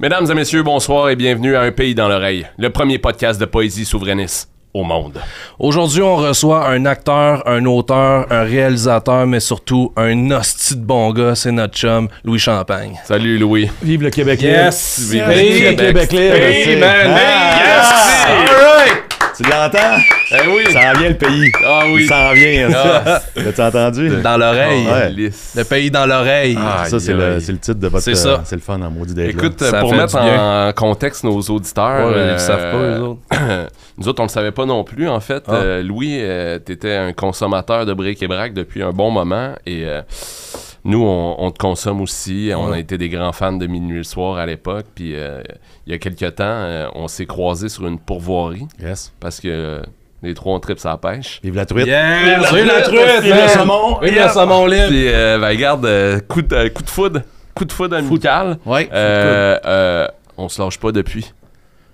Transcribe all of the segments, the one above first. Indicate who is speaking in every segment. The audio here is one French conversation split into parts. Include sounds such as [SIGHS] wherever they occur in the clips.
Speaker 1: Mesdames et messieurs, bonsoir et bienvenue à Un pays dans l'oreille, le premier podcast de poésie souverainiste au monde.
Speaker 2: Aujourd'hui, on reçoit un acteur, un auteur, un réalisateur, mais surtout un hostie de bon gars, c'est notre chum, Louis Champagne.
Speaker 1: Salut Louis.
Speaker 3: Vive le Québec
Speaker 4: Yes!
Speaker 1: Vive
Speaker 3: Vive le Québec libre!
Speaker 1: Hey,
Speaker 3: c'est-
Speaker 1: man, hey,
Speaker 3: Ah!
Speaker 1: yes,
Speaker 3: All right!
Speaker 4: Tu l'entends?
Speaker 1: Eh oui.
Speaker 4: Ça en vient le pays.
Speaker 1: Ah oui.
Speaker 4: Il s'en vient.
Speaker 1: Ah.
Speaker 4: L'as-tu entendu?
Speaker 2: Dans l'oreille.
Speaker 4: Ouais.
Speaker 1: Lisse.
Speaker 2: Le pays dans l'oreille.
Speaker 1: Ah.
Speaker 4: ça, c'est
Speaker 1: aïe,
Speaker 4: le,
Speaker 1: aïe.
Speaker 4: c'est le titre de votre...
Speaker 2: C'est ça.
Speaker 4: euh, C'est le fun en maudit d'être là.
Speaker 1: Écoute,
Speaker 2: Ça
Speaker 1: pour
Speaker 2: fait
Speaker 1: mettre
Speaker 2: du
Speaker 1: en contexte nos auditeurs,
Speaker 2: Ouais,
Speaker 1: euh,
Speaker 2: ils savent pas, eux autres.
Speaker 1: nous autres, on le savait pas non plus. En fait,
Speaker 2: Ah.
Speaker 1: Euh, Louis, euh, t'étais un consommateur de bric et brac depuis un bon moment et euh, nous, on, on te consomme aussi. On a été des grands fans de Minuit le soir à l'époque. Puis euh, il y a quelques temps, euh, on s'est croisés sur une pourvoirie
Speaker 4: Yes.
Speaker 1: parce que euh, les trois on tripe sa pêche.
Speaker 4: Vive la truite.
Speaker 2: Yes! Vive Euh, la
Speaker 4: Vive le saumon.
Speaker 2: Vive le saumon libre!
Speaker 1: Puis, euh, ben, regarde, euh, coup, de, coup de foudre, coup de foudre amical.
Speaker 4: Ouais.
Speaker 1: Euh, euh, on se lâche pas depuis.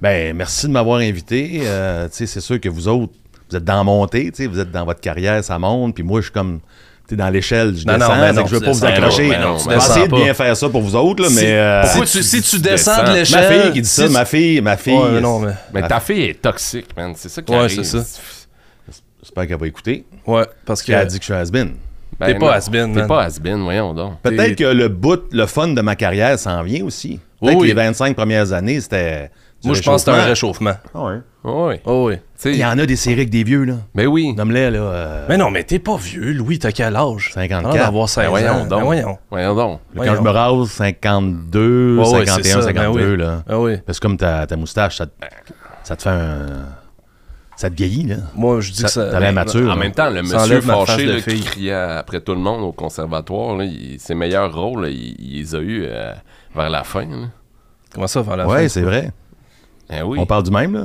Speaker 4: Ben, merci de m'avoir invité. Euh, tu sais, c'est sûr que vous autres, vous êtes dans la montée, tu sais, vous êtes dans votre carrière, ça monte, puis moi, je suis comme... tu sais, dans l'échelle, je
Speaker 2: Non, non,
Speaker 4: descends,
Speaker 2: ben
Speaker 4: fait
Speaker 2: non,
Speaker 4: que je veux
Speaker 2: tu
Speaker 4: pas vous
Speaker 2: descends pas,
Speaker 4: accrocher.
Speaker 1: ben non, tu
Speaker 4: Je vais
Speaker 2: descends
Speaker 4: essayer de
Speaker 2: pas.
Speaker 4: bien faire ça pour vous autres, là, mais... euh,
Speaker 2: Pourquoi tu, si tu descends de
Speaker 1: descends?
Speaker 4: ma
Speaker 2: l'échelle...
Speaker 4: fille qui dit ça,
Speaker 2: si-
Speaker 4: ma fille, ma fille...
Speaker 2: Ouais, mais non, mais...
Speaker 1: Mais
Speaker 4: Ah.
Speaker 1: ta fille est toxique, man. C'est ça qui
Speaker 2: Ouais,
Speaker 1: arrive.
Speaker 2: c'est
Speaker 4: J'espère qu'elle va écouter.
Speaker 2: Ouais, parce que...
Speaker 4: Qu'elle a dit que je suis has-been.
Speaker 1: Ben
Speaker 2: T'es pas
Speaker 1: non,
Speaker 2: has-been,
Speaker 1: T'es
Speaker 2: man.
Speaker 1: pas has-been, voyons donc.
Speaker 4: Peut-être que le bout, le fun de ma carrière s'en vient aussi.
Speaker 2: Oui,
Speaker 4: Peut-être que
Speaker 2: oui.
Speaker 4: les 25 premières années, c'était. du
Speaker 2: Moi, je pense que c'est un
Speaker 4: réchauffement.
Speaker 2: réchauffement.
Speaker 4: Ah ouais.
Speaker 1: Oh, oui.
Speaker 2: Oh oui.
Speaker 1: Tu sais,
Speaker 4: Il y en a des séries avec des vieux, là.
Speaker 1: Ben oui.
Speaker 4: Nomme-les, là. euh,
Speaker 2: Mais non, mais t'es pas vieux, Louis, t'as quel âge?
Speaker 4: 54.
Speaker 2: T'as l'air d'avoir 16
Speaker 1: Ben voyons
Speaker 2: ans.
Speaker 1: donc.
Speaker 2: Ben voyons.
Speaker 1: Voyons donc.
Speaker 4: quand je me rase, 52,
Speaker 2: Ben, Ouais, ouais,
Speaker 4: 51,
Speaker 2: c'est ça,
Speaker 4: 52,
Speaker 2: ben oui.
Speaker 4: là.
Speaker 2: Ah oui.
Speaker 4: Parce que comme ta, ta moustache, ça te, ça te fait un. Ça te vieillit, là.
Speaker 2: Moi, je dis que ça... Ben,
Speaker 4: T'as l'air mature.
Speaker 1: En même temps, le
Speaker 2: Ça
Speaker 1: monsieur
Speaker 2: enlève ma face
Speaker 1: fâché
Speaker 2: de
Speaker 1: là, qui
Speaker 2: fille.
Speaker 1: criait après tout le monde au conservatoire, là, il- ses meilleurs rôles, là, il, il les a eus euh, vers la fin. là.
Speaker 2: Comment ça, vers la
Speaker 4: Ouais,
Speaker 2: fin?
Speaker 4: c'est vrai.
Speaker 1: Ben oui.
Speaker 4: On parle du même, là.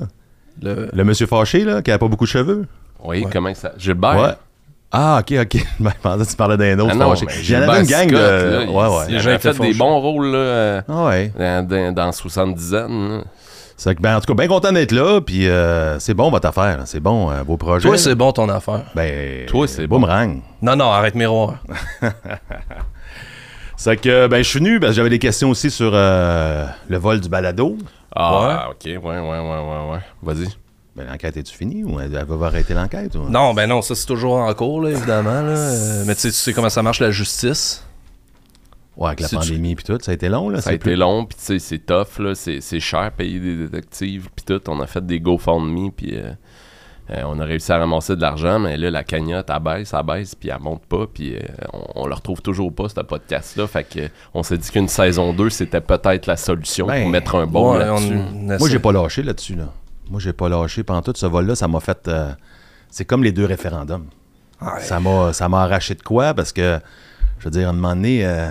Speaker 2: Le...
Speaker 4: Le monsieur fâché, là, qui a pas beaucoup de cheveux.
Speaker 1: Oui, comment ça. Gilbert.
Speaker 4: Ouais. Ah, ok, ok. [LAUGHS] Je pensais que tu parlais d'un autre.
Speaker 1: Ah non,
Speaker 4: fâché.
Speaker 1: mais
Speaker 4: Il y en
Speaker 1: Gilbert
Speaker 4: avait une gang
Speaker 1: Scott,
Speaker 4: de.
Speaker 1: là,
Speaker 4: ouais, ouais.
Speaker 1: Il, il
Speaker 2: gens
Speaker 1: avait
Speaker 2: étaient
Speaker 1: fait des
Speaker 2: fâchés.
Speaker 1: bons rôles là, euh,
Speaker 4: Ah ouais.
Speaker 1: dans, dans, dans 70 ans.
Speaker 4: C'est que, ben, en tout cas, bien content d'être là, puis euh, c'est bon votre affaire, là. c'est bon euh, vos projets.
Speaker 2: Toi, c'est bon ton affaire.
Speaker 4: ben,
Speaker 1: Toi, c'est
Speaker 4: boomerang.
Speaker 2: Non, non, arrête miroir.
Speaker 4: C'est que, ben, je suis venu parce que j'avais des questions aussi sur euh, le vol du balado.
Speaker 1: Ah, ok, ouais, ouais, ouais, ouais, ouais. Vas-y.
Speaker 4: Ben, l'enquête est-tu finie ou elle, elle va arrêter l'enquête? ou-
Speaker 2: Non, ben non, ça c'est toujours en cours, là, évidemment. Là. Euh, Mais tu sais, tu sais comment ça marche la justice.
Speaker 4: Ouais, avec la
Speaker 2: Si tu-
Speaker 4: pandémie puis tout, ça a été long, là.
Speaker 1: Ça a
Speaker 4: c'est
Speaker 1: été
Speaker 4: plus-
Speaker 1: long, puis tu sais, c'est tough, là, c'est, c'est cher payer des détectives, puis tout. On a fait des GoFundMe, puis euh, euh, on a réussi à ramasser de l'argent, mais là, la cagnotte, elle baisse, elle baisse, puis elle monte pas, puis euh, on, on le retrouve toujours pas, ce podcast-là. Fait que, euh, on s'est dit qu'une saison 2, c'était peut-être la solution
Speaker 4: Ben,
Speaker 1: pour mettre un bon
Speaker 2: Ouais,
Speaker 1: là-dessus.
Speaker 2: on essaie.
Speaker 4: Moi, j'ai pas lâché là-dessus, là. Moi, j'ai pas lâché. Pendant tout ce vol-là, ça m'a fait. euh, c'est comme les deux référendums.
Speaker 1: Ah,
Speaker 4: Ça m'a ça m'a arraché de quoi parce que, je veux dire, à un moment donné, euh,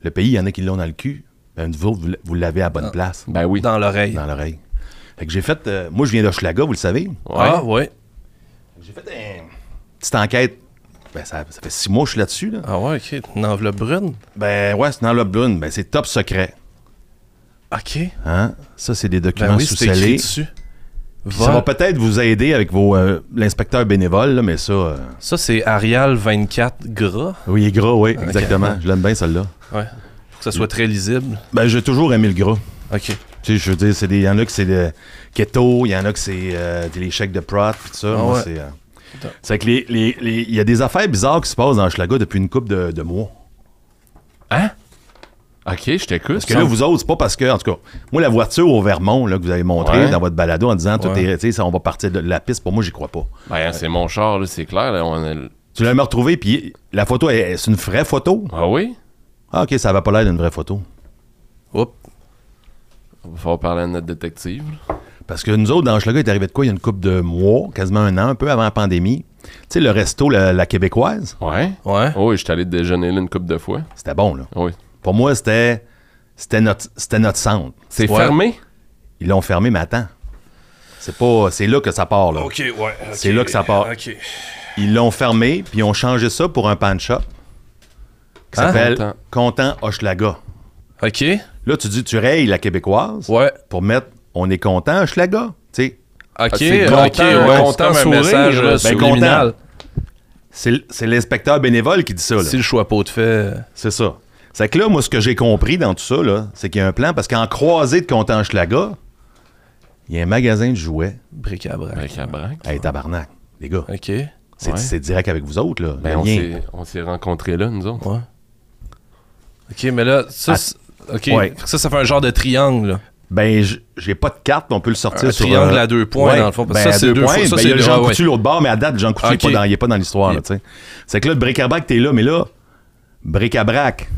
Speaker 4: le pays, il y en a qui l'ont dans le cul. Ben, vous, autres, vous l- vous l'avez à la bonne place.
Speaker 1: Ben oui.
Speaker 2: Dans l'oreille.
Speaker 4: dans l'oreille. Fait que j'ai fait. euh, moi, je viens d'Hochelaga, vous le savez.
Speaker 2: Ah, ouais.
Speaker 4: J'ai fait euh, une petite enquête. Ben, ça, ça fait six mois que je suis là-dessus. Là.
Speaker 2: Ah ouais, ok. Une enveloppe brune.
Speaker 4: Ben, ouais, c'est dans l'enveloppe brune. Ben, c'est top secret.
Speaker 2: Ok.
Speaker 4: Hein? Ça, c'est des documents
Speaker 2: Ben oui, c'est écrit
Speaker 4: sous-scellés.
Speaker 2: dessus.
Speaker 4: Puis
Speaker 2: Vol-
Speaker 4: Ça va peut-être vous aider avec vos euh, l'inspecteur bénévole, là, mais ça. euh,
Speaker 2: Ça, c'est Arial 24 gras.
Speaker 4: Oui, il est gras, oui, exactement. Je l'aime bien, celle-là.
Speaker 2: Ouais. Pour que ça soit très lisible.
Speaker 4: Ben, j'ai toujours aimé le gras.
Speaker 2: Ok.
Speaker 4: Tu sais, je veux dire, c'est des- il y en a que c'est le keto, il y en a que c'est euh, des- les chèques de prot, puis tout ça.
Speaker 2: Ah
Speaker 4: Moi,
Speaker 2: ouais.
Speaker 4: c'est. euh, c'est que les, les- les- il y a des affaires bizarres qui se passent dans Schlaga depuis une couple de, de mois.
Speaker 1: Hein? Ok, je t'écoute.
Speaker 4: Parce que là, vous autres, c'est pas parce que, en tout cas, moi, la voiture au Vermont, là, que vous avez montré
Speaker 1: Ouais.
Speaker 4: dans votre balado en disant, tout
Speaker 2: Ouais.
Speaker 4: est, tu sais, ça, on va partir de la piste, pour moi, j'y crois pas.
Speaker 1: Ben, c'est mon char, là, c'est clair. là, on a-
Speaker 4: Tu l'as me retrouvé, puis la photo, elle- elle- c'est une vraie photo.
Speaker 1: Ah oui?
Speaker 4: Ah, ok, ça va pas l'air d'une vraie photo.
Speaker 2: Oups.
Speaker 1: Il va falloir parler à notre détective. là.
Speaker 4: Parce que nous autres, dans Hochelaga, il est arrivé de quoi il y a une couple de mois, quasiment un an, un peu avant la pandémie. Tu sais, le resto, la, la québécoise,
Speaker 1: Ouais?
Speaker 2: Ouais.
Speaker 1: Oh, oui, je suis allé déjeuner là une couple de fois.
Speaker 4: c'était bon, là.
Speaker 1: Oui.
Speaker 4: Pour moi, c'était c'était notre, c'était notre centre.
Speaker 1: C'est
Speaker 2: Ouais.
Speaker 1: fermé?
Speaker 4: Ils l'ont fermé, mais attends. C'est pas. C'est là que ça part, là.
Speaker 2: Ok, ouais.
Speaker 4: C'est là que ça part.
Speaker 2: Ok.
Speaker 4: Ils l'ont fermé, puis ils ont changé ça pour un pan shop qui
Speaker 2: Hein?
Speaker 4: s'appelle
Speaker 1: Content.
Speaker 4: Content Hochelaga.
Speaker 2: Ok.
Speaker 4: Là, tu dis, tu rayes la québécoise
Speaker 2: Ouais.
Speaker 4: pour mettre On est content Hochelaga. Tu sais,
Speaker 2: Ok,
Speaker 1: c'est
Speaker 2: ok,
Speaker 1: content,
Speaker 2: ouais,
Speaker 1: content
Speaker 2: c'est comme un
Speaker 1: sourire,
Speaker 2: message
Speaker 1: là,
Speaker 2: euh,
Speaker 1: ben,
Speaker 4: content.
Speaker 2: subliminal.
Speaker 4: c'est l- c'est l'inspecteur bénévole qui dit ça, là.
Speaker 2: Si le choix pot de fait. euh,
Speaker 4: C'est ça. C'est que là, moi, ce que j'ai compris dans tout ça, là, c'est qu'il y a un plan, parce qu'en croisée de Contenschlaga, il y a un magasin de jouets.
Speaker 2: Bric-à-brac.
Speaker 1: Bric-à-brac.
Speaker 4: Hey, tabarnak, les gars.
Speaker 2: OK.
Speaker 4: C'est
Speaker 1: Ouais.
Speaker 4: c'est direct avec vous autres, là. Le
Speaker 1: Ben, on
Speaker 4: lien.
Speaker 1: s'est- on s'est rencontrés là, nous autres.
Speaker 2: Ouais. OK, mais là, ça,
Speaker 4: Ah.
Speaker 2: c'est- OK.
Speaker 4: Ouais.
Speaker 2: Ça, ça fait un genre de triangle, là.
Speaker 4: Ben, j- j'ai pas de carte, mais on peut le sortir
Speaker 2: Un
Speaker 4: sur euh,
Speaker 2: triangle à deux points, dans le fond, parce que
Speaker 4: ben,
Speaker 2: ça,
Speaker 4: à
Speaker 2: c'est
Speaker 4: deux
Speaker 2: deux
Speaker 4: points.
Speaker 2: fois- ça,
Speaker 4: ben,
Speaker 2: c'est
Speaker 4: il y a
Speaker 2: le-
Speaker 4: le Jean
Speaker 2: ah, ouais.
Speaker 4: Coutu l'autre bord, mais à date, Jean Coutu, il est
Speaker 2: Ok.
Speaker 4: pas dans- il est pas dans l'histoire. là, tu sais. C'est que là, le bric-à-brac, t'es là, mais là, bric-à-brac,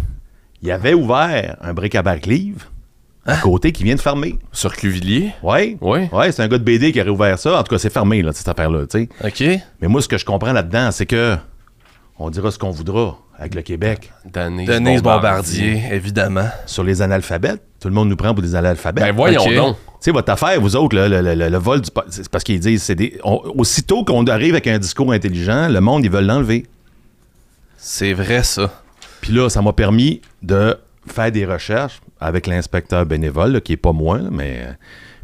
Speaker 4: il avait ouvert un bric-à-brac livre à
Speaker 2: Hein?
Speaker 4: côté qui vient de fermer.
Speaker 1: Sur Cuvillier.
Speaker 4: Ouais.
Speaker 1: Ouais.
Speaker 4: Ouais, c'est un gars de BD qui a réouvert ça. En tout cas, c'est fermé, là, cette affaire-là, tu sais.
Speaker 2: OK.
Speaker 4: Mais moi, ce que je comprends là-dedans, c'est que on dira ce qu'on voudra avec le Québec.
Speaker 1: Denise,
Speaker 2: Denise Bombardier, évidemment.
Speaker 4: Sur les analphabètes, tout le monde nous prend pour des analphabètes.
Speaker 1: Ben voyons
Speaker 2: Ok.
Speaker 1: donc.
Speaker 4: Tu sais, votre affaire, vous autres, là, le, le- le- le vol du... pa- C'est parce qu'ils disent, c'est des... on- aussitôt qu'on arrive avec un discours intelligent, le monde, ils veulent l'enlever.
Speaker 2: C'est vrai, ça.
Speaker 4: Puis là, ça m'a permis de faire des recherches avec l'inspecteur bénévole, là, qui est pas moi, là, mais... euh,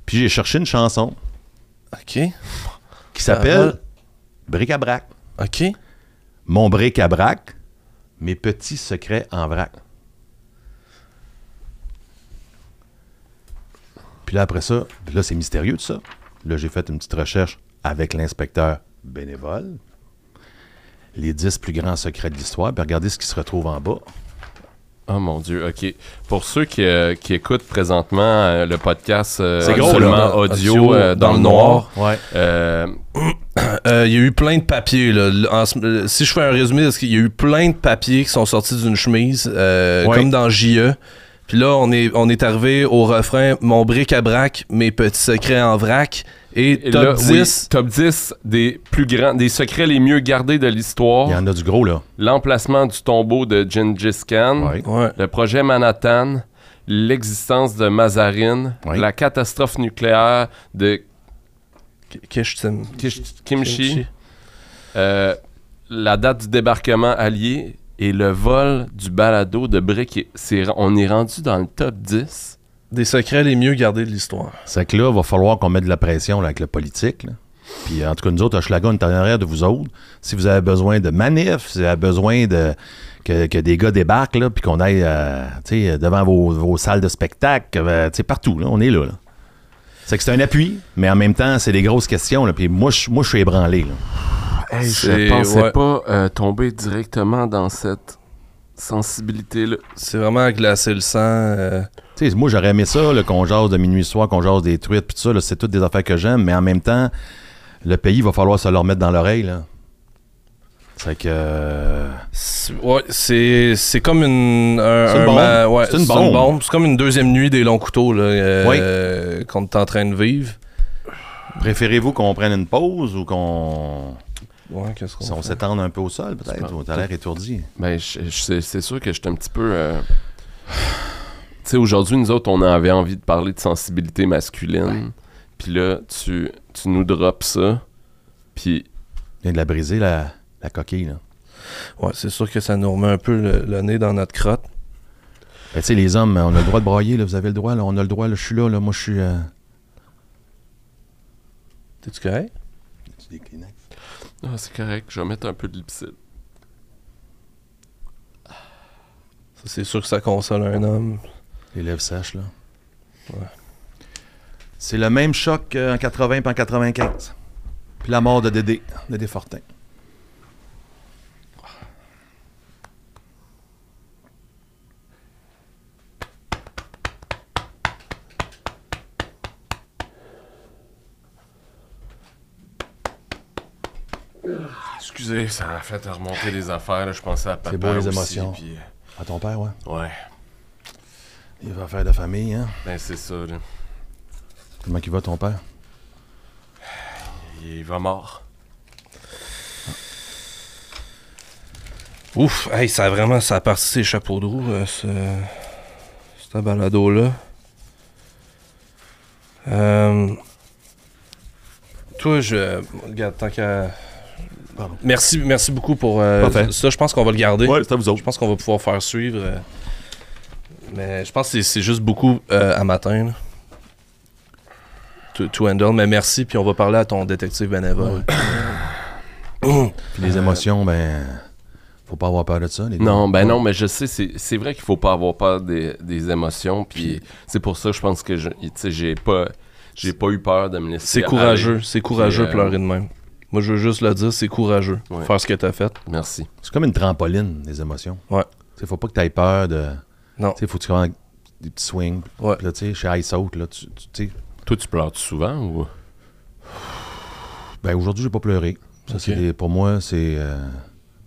Speaker 4: Puis j'ai cherché une chanson
Speaker 2: OK.
Speaker 4: qui s'appelle
Speaker 2: va.
Speaker 4: Bric-à-brac.
Speaker 2: OK.
Speaker 4: Mon bric-à-brac, mes petits secrets en vrac. Puis là, après ça, là, c'est mystérieux tout ça. Là, j'ai fait une petite recherche avec l'inspecteur bénévole. Les 10 plus grands secrets de l'histoire. Puis regardez ce qui se retrouve en bas.
Speaker 1: Oh mon Dieu, ok. Pour ceux qui, euh, qui écoutent présentement euh, le podcast euh,
Speaker 4: C'est gros,
Speaker 1: seulement
Speaker 4: là.
Speaker 1: audio,
Speaker 2: Audio
Speaker 1: euh, dans,
Speaker 2: dans
Speaker 1: le
Speaker 2: le
Speaker 1: noir,
Speaker 4: Ouais.
Speaker 1: euh,
Speaker 2: Euh, Il y a eu plein de papiers. Là. Le- en ce- euh, si je fais un résumé, parce qu'il y a eu plein de papiers qui sont sortis d'une chemise, euh,
Speaker 4: Ouais.
Speaker 2: comme dans JE. Puis là, on est, on est arrivé au refrain Mon bric-à-brac, mes petits secrets en vrac. Et,
Speaker 1: et
Speaker 2: top
Speaker 1: là, oui,
Speaker 2: 10.
Speaker 1: top 10 des plus grands, des secrets les mieux gardés de l'histoire.
Speaker 4: Il y en a du gros, là.
Speaker 1: L'emplacement du tombeau de Gengis Khan.
Speaker 4: Ouais.
Speaker 2: Ouais.
Speaker 1: Le projet Manhattan. L'existence de Mazarine.
Speaker 4: Ouais.
Speaker 1: La catastrophe nucléaire de
Speaker 2: Qu'est-ce que tu aimes?
Speaker 1: Kish- Kimchi. Euh, la date du débarquement allié et le vol du balado de Brick. C'est- on est rendu dans le top 10.
Speaker 2: Des secrets les mieux gardés de l'histoire.
Speaker 4: C'est que là, il va falloir qu'on mette de la pression là, avec le politique. là. Puis en tout cas, nous autres, Hochelaga, on est en arrière de vous autres. Si vous avez besoin de manifs, si vous avez besoin de que, que des gars débarquent, là, puis qu'on aille euh, tu sais, devant vos, vos salles de spectacle, que, euh, tu sais, partout, là, on est là. là. C'est que c'est un appui, mais en même temps, c'est des grosses questions. Là, puis moi, je moi, je suis ébranlé. là.
Speaker 1: je
Speaker 2: C'est-
Speaker 1: pensais
Speaker 2: ouais.
Speaker 1: pas euh, tomber directement dans cette sensibilité-là.
Speaker 2: C'est vraiment à glacer le sang. euh,
Speaker 4: Tu sais, moi, j'aurais aimé ça, là, qu'on jase de minuit soir, qu'on jase des truites, puis tout ça, là, c'est toutes des affaires que j'aime, mais en même temps, le pays va falloir se le remettre dans l'oreille. là. C'est que. euh,
Speaker 2: C'est- Ouais, c'est c'est comme une un-
Speaker 4: C'est une
Speaker 2: un
Speaker 4: bombe.
Speaker 2: ma- ouais,
Speaker 4: C'est une bombe.
Speaker 2: C'est comme une deuxième nuit des longs couteaux là, euh, qu'on est en train de vivre.
Speaker 4: Préférez-vous qu'on prenne une pause ou qu'on
Speaker 2: Ouais, qu'est-ce qu'on
Speaker 4: si on
Speaker 2: fait?
Speaker 4: s'étende un peu au sol, peut-être?
Speaker 1: C'est pas-
Speaker 4: ou T'as l'air étourdi.
Speaker 1: Ben, je- je- c'est c'est sûr que j'étais un petit peu. euh, [SIGHS] Tu sais, aujourd'hui, nous autres, on avait envie de parler de sensibilité masculine. Puis là, tu, tu nous drops ça. Puis
Speaker 4: Viens de la briser, la, la coquille. Là.
Speaker 2: Ouais, c'est sûr que ça nous remet un peu le, le nez dans notre crotte.
Speaker 4: Ben, tu sais, les hommes, on a le droit de broyer, là, vous avez le droit, là, on a le droit, là, je suis là, là, moi je suis. euh,
Speaker 2: T'es-tu correct?
Speaker 1: Ah, c'est correct, je vais mettre un peu de lipside.
Speaker 2: Ça, c'est sûr que ça console un homme.
Speaker 4: Les lèvres sèches, là.
Speaker 2: Ouais.
Speaker 4: C'est le même choc qu'en 80 et en 95. Puis la mort de Dédé, Dédé Fortin.
Speaker 1: Excusez, ça a fait remonter des affaires. là. Je pensais à papa.
Speaker 4: C'est beau, les
Speaker 1: aussi,
Speaker 4: émotions.
Speaker 1: puis,
Speaker 4: À ton père, ouais.
Speaker 1: euh, ouais,
Speaker 4: Il va faire de famille, hein.
Speaker 1: ben c'est ça. là.
Speaker 4: Comment il va ton père?
Speaker 1: Il va mort.
Speaker 2: Ouf, hey, ça a vraiment ça a parti ses chapeaux de roue, euh, ce, ce balado-là. Euh, toi, je. Regarde, tant qu'à.
Speaker 4: Pardon.
Speaker 2: Merci, merci beaucoup pour euh,
Speaker 4: Parfait.
Speaker 2: ça. Je pense qu'on va le garder.
Speaker 4: c'est à vous
Speaker 2: Je pense qu'on va pouvoir faire suivre. euh, mais je pense que c'est- c'est juste beaucoup euh, à matin. là. To, to handle. Mais merci, puis on va parler à ton détective bénévole. [CLEARS THROAT]
Speaker 4: Euh, Puis les émotions, ben. Faut pas avoir peur de ça, les gars.
Speaker 1: Non, ben non, mais je sais, c'est c'est vrai qu'il faut pas avoir peur des, des émotions. Puis c'est pour ça, je pense que je, tu sais, j'ai pas, j'ai pas eu peur de me laisser.
Speaker 2: C'est courageux,
Speaker 1: aller.
Speaker 2: c'est courageux
Speaker 1: euh,
Speaker 2: pleurer de même. Moi, je veux juste le dire, c'est courageux.
Speaker 1: Ouais.
Speaker 2: Faire ce que t'as fait.
Speaker 1: Merci.
Speaker 4: C'est comme une trampoline, les émotions.
Speaker 2: Ouais.
Speaker 4: T'sais, faut pas que tu aies peur de.
Speaker 2: Non.
Speaker 4: T'sais, faut que tu fasses des petits swings.
Speaker 2: Ouais.
Speaker 4: Puis là, tu sais, chez Ice Out, là, tu, tu t'sais,
Speaker 1: Toi, tu pleures souvent ou
Speaker 4: Ben, aujourd'hui, j'ai pas pleuré. Ça,
Speaker 1: Ok.
Speaker 4: c'est des- pour moi, c'est. euh,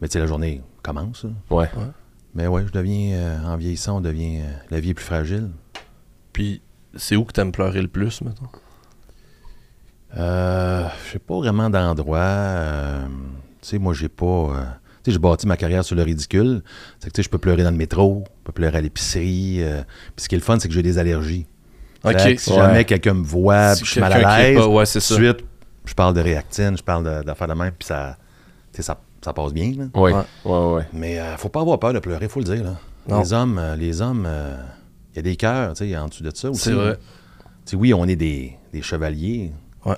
Speaker 4: Mais tu sais, la journée commence. là.
Speaker 1: Ouais.
Speaker 4: Mais ouais, je deviens. euh, en vieillissant, on devient. euh, la vie est plus fragile.
Speaker 2: Puis, c'est où que t'aimes pleurer le plus, mettons?
Speaker 4: Euh, je sais pas vraiment d'endroit. euh, tu sais, moi, j'ai pas. euh, tu sais, j'ai bâti ma carrière sur le ridicule. C'est que tu sais, je peux pleurer dans le métro, je peux pleurer à l'épicerie. euh, Puis ce qui est le fun, c'est que j'ai des allergies.
Speaker 2: Ok.
Speaker 4: Fait que si
Speaker 2: Ouais.
Speaker 4: jamais quelqu'un me voit,
Speaker 2: Si
Speaker 4: puis je suis mal
Speaker 2: quelqu'un
Speaker 4: à
Speaker 2: qui est
Speaker 4: l'aise,
Speaker 2: pas- ouais, c'est
Speaker 4: tout de suite, je parle de réactine, je parle de- d'affaires de, même, puis ça, tu sais, ça, ça passe bien. là.
Speaker 1: Ouais.
Speaker 2: Ouais.
Speaker 1: Ouais, ouais.
Speaker 4: Mais euh, faut pas avoir peur de pleurer, faut le dire. Là.
Speaker 2: Non.
Speaker 4: Les hommes, euh, les hommes, euh, il y a des cœurs, tu sais, en dessous de ça aussi.
Speaker 2: C'est vrai.
Speaker 4: Tu sais, oui, on est des, des chevaliers.
Speaker 2: Ouais.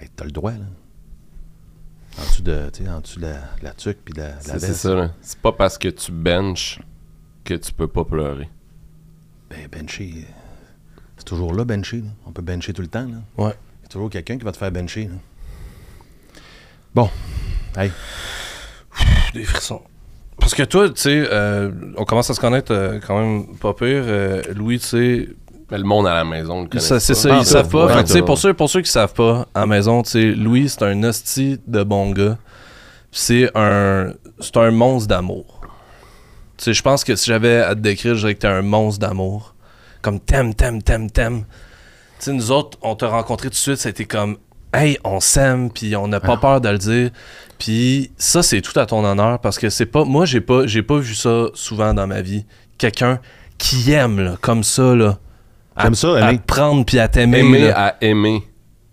Speaker 4: Mais t'as le droit, là. En dessous de, tu sais, en dessous de la, de la tuque puis de la, de la
Speaker 1: C'est c'est
Speaker 4: veste.
Speaker 1: ça, là. C'est pas parce que tu benches que tu peux pas pleurer.
Speaker 4: Ben, bencher, euh, c'est toujours là, bencher. là. On peut bencher tout le temps, là.
Speaker 2: Ouais.
Speaker 4: Il y a toujours quelqu'un qui va te faire bencher, là. Bon. Hey.
Speaker 2: Des frissons. Parce que toi, tu sais, euh, on commence à se connaître euh, quand même pas pire. Euh, Louis, tu sais,
Speaker 1: Mais le monde à la maison le connaît.
Speaker 2: Ça, c'est
Speaker 1: pas. Ah,
Speaker 2: ça, ils
Speaker 4: Pantoute,
Speaker 2: savent pas.
Speaker 4: Ah, ben, ouais.
Speaker 2: Fait que, tu sais,
Speaker 4: Pantoute.
Speaker 2: pour ceux, pour ceux qui savent pas, à la maison, tu sais, Louis, c'est un hostie de bon gars. C'est un, c'est un monstre d'amour. Tu sais, je pense que si j'avais à te décrire, je dirais que t'es un monstre d'amour. Comme t'aimes, t'aimes, t'aimes, t'aimes. Tu sais, nous autres, on t'a rencontré tout de suite, c'était comme, hey, on s'aime, puis on n'a
Speaker 4: Ah.
Speaker 2: pas peur de le dire. Puis ça, c'est tout à ton honneur parce que c'est pas, moi, j'ai pas, j'ai pas vu ça souvent dans ma vie. Quelqu'un qui aime, là, comme ça, là. à-
Speaker 4: Comme ça,
Speaker 2: à
Speaker 4: aimer.
Speaker 2: te prendre puis à t'aimer.
Speaker 1: Aimer
Speaker 2: là.
Speaker 1: à aimer.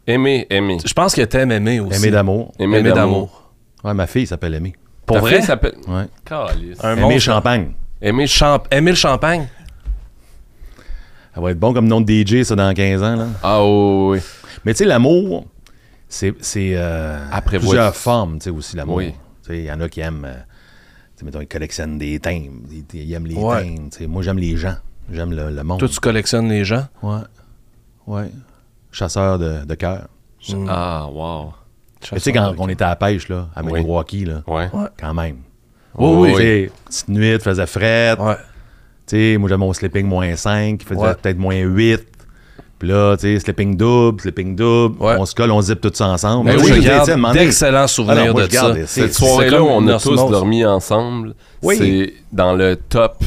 Speaker 1: Aimer, aimer.
Speaker 2: Je pense que t'aimes aimer aussi.
Speaker 4: Aimé d'amour.
Speaker 2: Aimer d'amour.
Speaker 4: Ouais, ma fille s'appelle Aimée.
Speaker 2: Pour
Speaker 1: Ta
Speaker 2: vrai?
Speaker 1: fille s'appelle-
Speaker 4: Ouais.
Speaker 1: Calisse.
Speaker 2: Un
Speaker 4: Aimée
Speaker 2: monstre.
Speaker 4: Champagne.
Speaker 1: Aimer ch-
Speaker 2: Champ- Aimer le champagne.
Speaker 4: Elle va être bon comme nom de DJ, ça, dans 15 ans, là.
Speaker 1: Ah oui, oui.
Speaker 4: Mais tu sais, l'amour, c'est c'est, euh,
Speaker 1: Après,
Speaker 4: plusieurs
Speaker 1: voici.
Speaker 4: formes, tu sais, aussi, l'amour.
Speaker 1: Oui.
Speaker 4: Tu sais, il y en a qui aiment, euh, tu sais, mettons, ils collectionnent des thèmes, ils, ils aiment les
Speaker 2: Ouais.
Speaker 4: thèmes, tu sais. Moi, j'aime les gens, j'aime le, le monde.
Speaker 2: Toi, tu collectionnes les gens.
Speaker 4: Ouais, ouais. Chasseur de, de cœur.
Speaker 1: Ah, wow.
Speaker 4: Mais Tu sais, quand on était à la pêche, là, à
Speaker 1: Oui.
Speaker 4: Milwaukee, là,
Speaker 1: Ouais.
Speaker 4: quand même.
Speaker 2: Oui, oui.
Speaker 4: Tu sais, Petite nuit, faisait fret.
Speaker 2: Ouais.
Speaker 4: Tu sais, moi, j'avais mon sleeping moins 5, qui faisait
Speaker 2: Ouais.
Speaker 4: peut-être moins 8. Puis là, tu sais, sleeping double, sleeping double.
Speaker 2: Ouais.
Speaker 4: On se colle, on zip tout ça ensemble.
Speaker 2: Mais
Speaker 4: Tu sais,
Speaker 2: oui,
Speaker 4: je
Speaker 2: je
Speaker 4: veux dire, tu sais, à un
Speaker 2: garde
Speaker 4: moment donné-
Speaker 2: d'excellents souvenirs
Speaker 4: Ah non, moi,
Speaker 2: de
Speaker 4: je garde
Speaker 2: ça.
Speaker 4: des-
Speaker 1: Cette
Speaker 4: C'est
Speaker 1: soirée-là,
Speaker 2: comme
Speaker 1: on
Speaker 2: une
Speaker 1: a tous
Speaker 2: osmose.
Speaker 1: dormi ensemble.
Speaker 4: Oui.
Speaker 1: C'est dans le top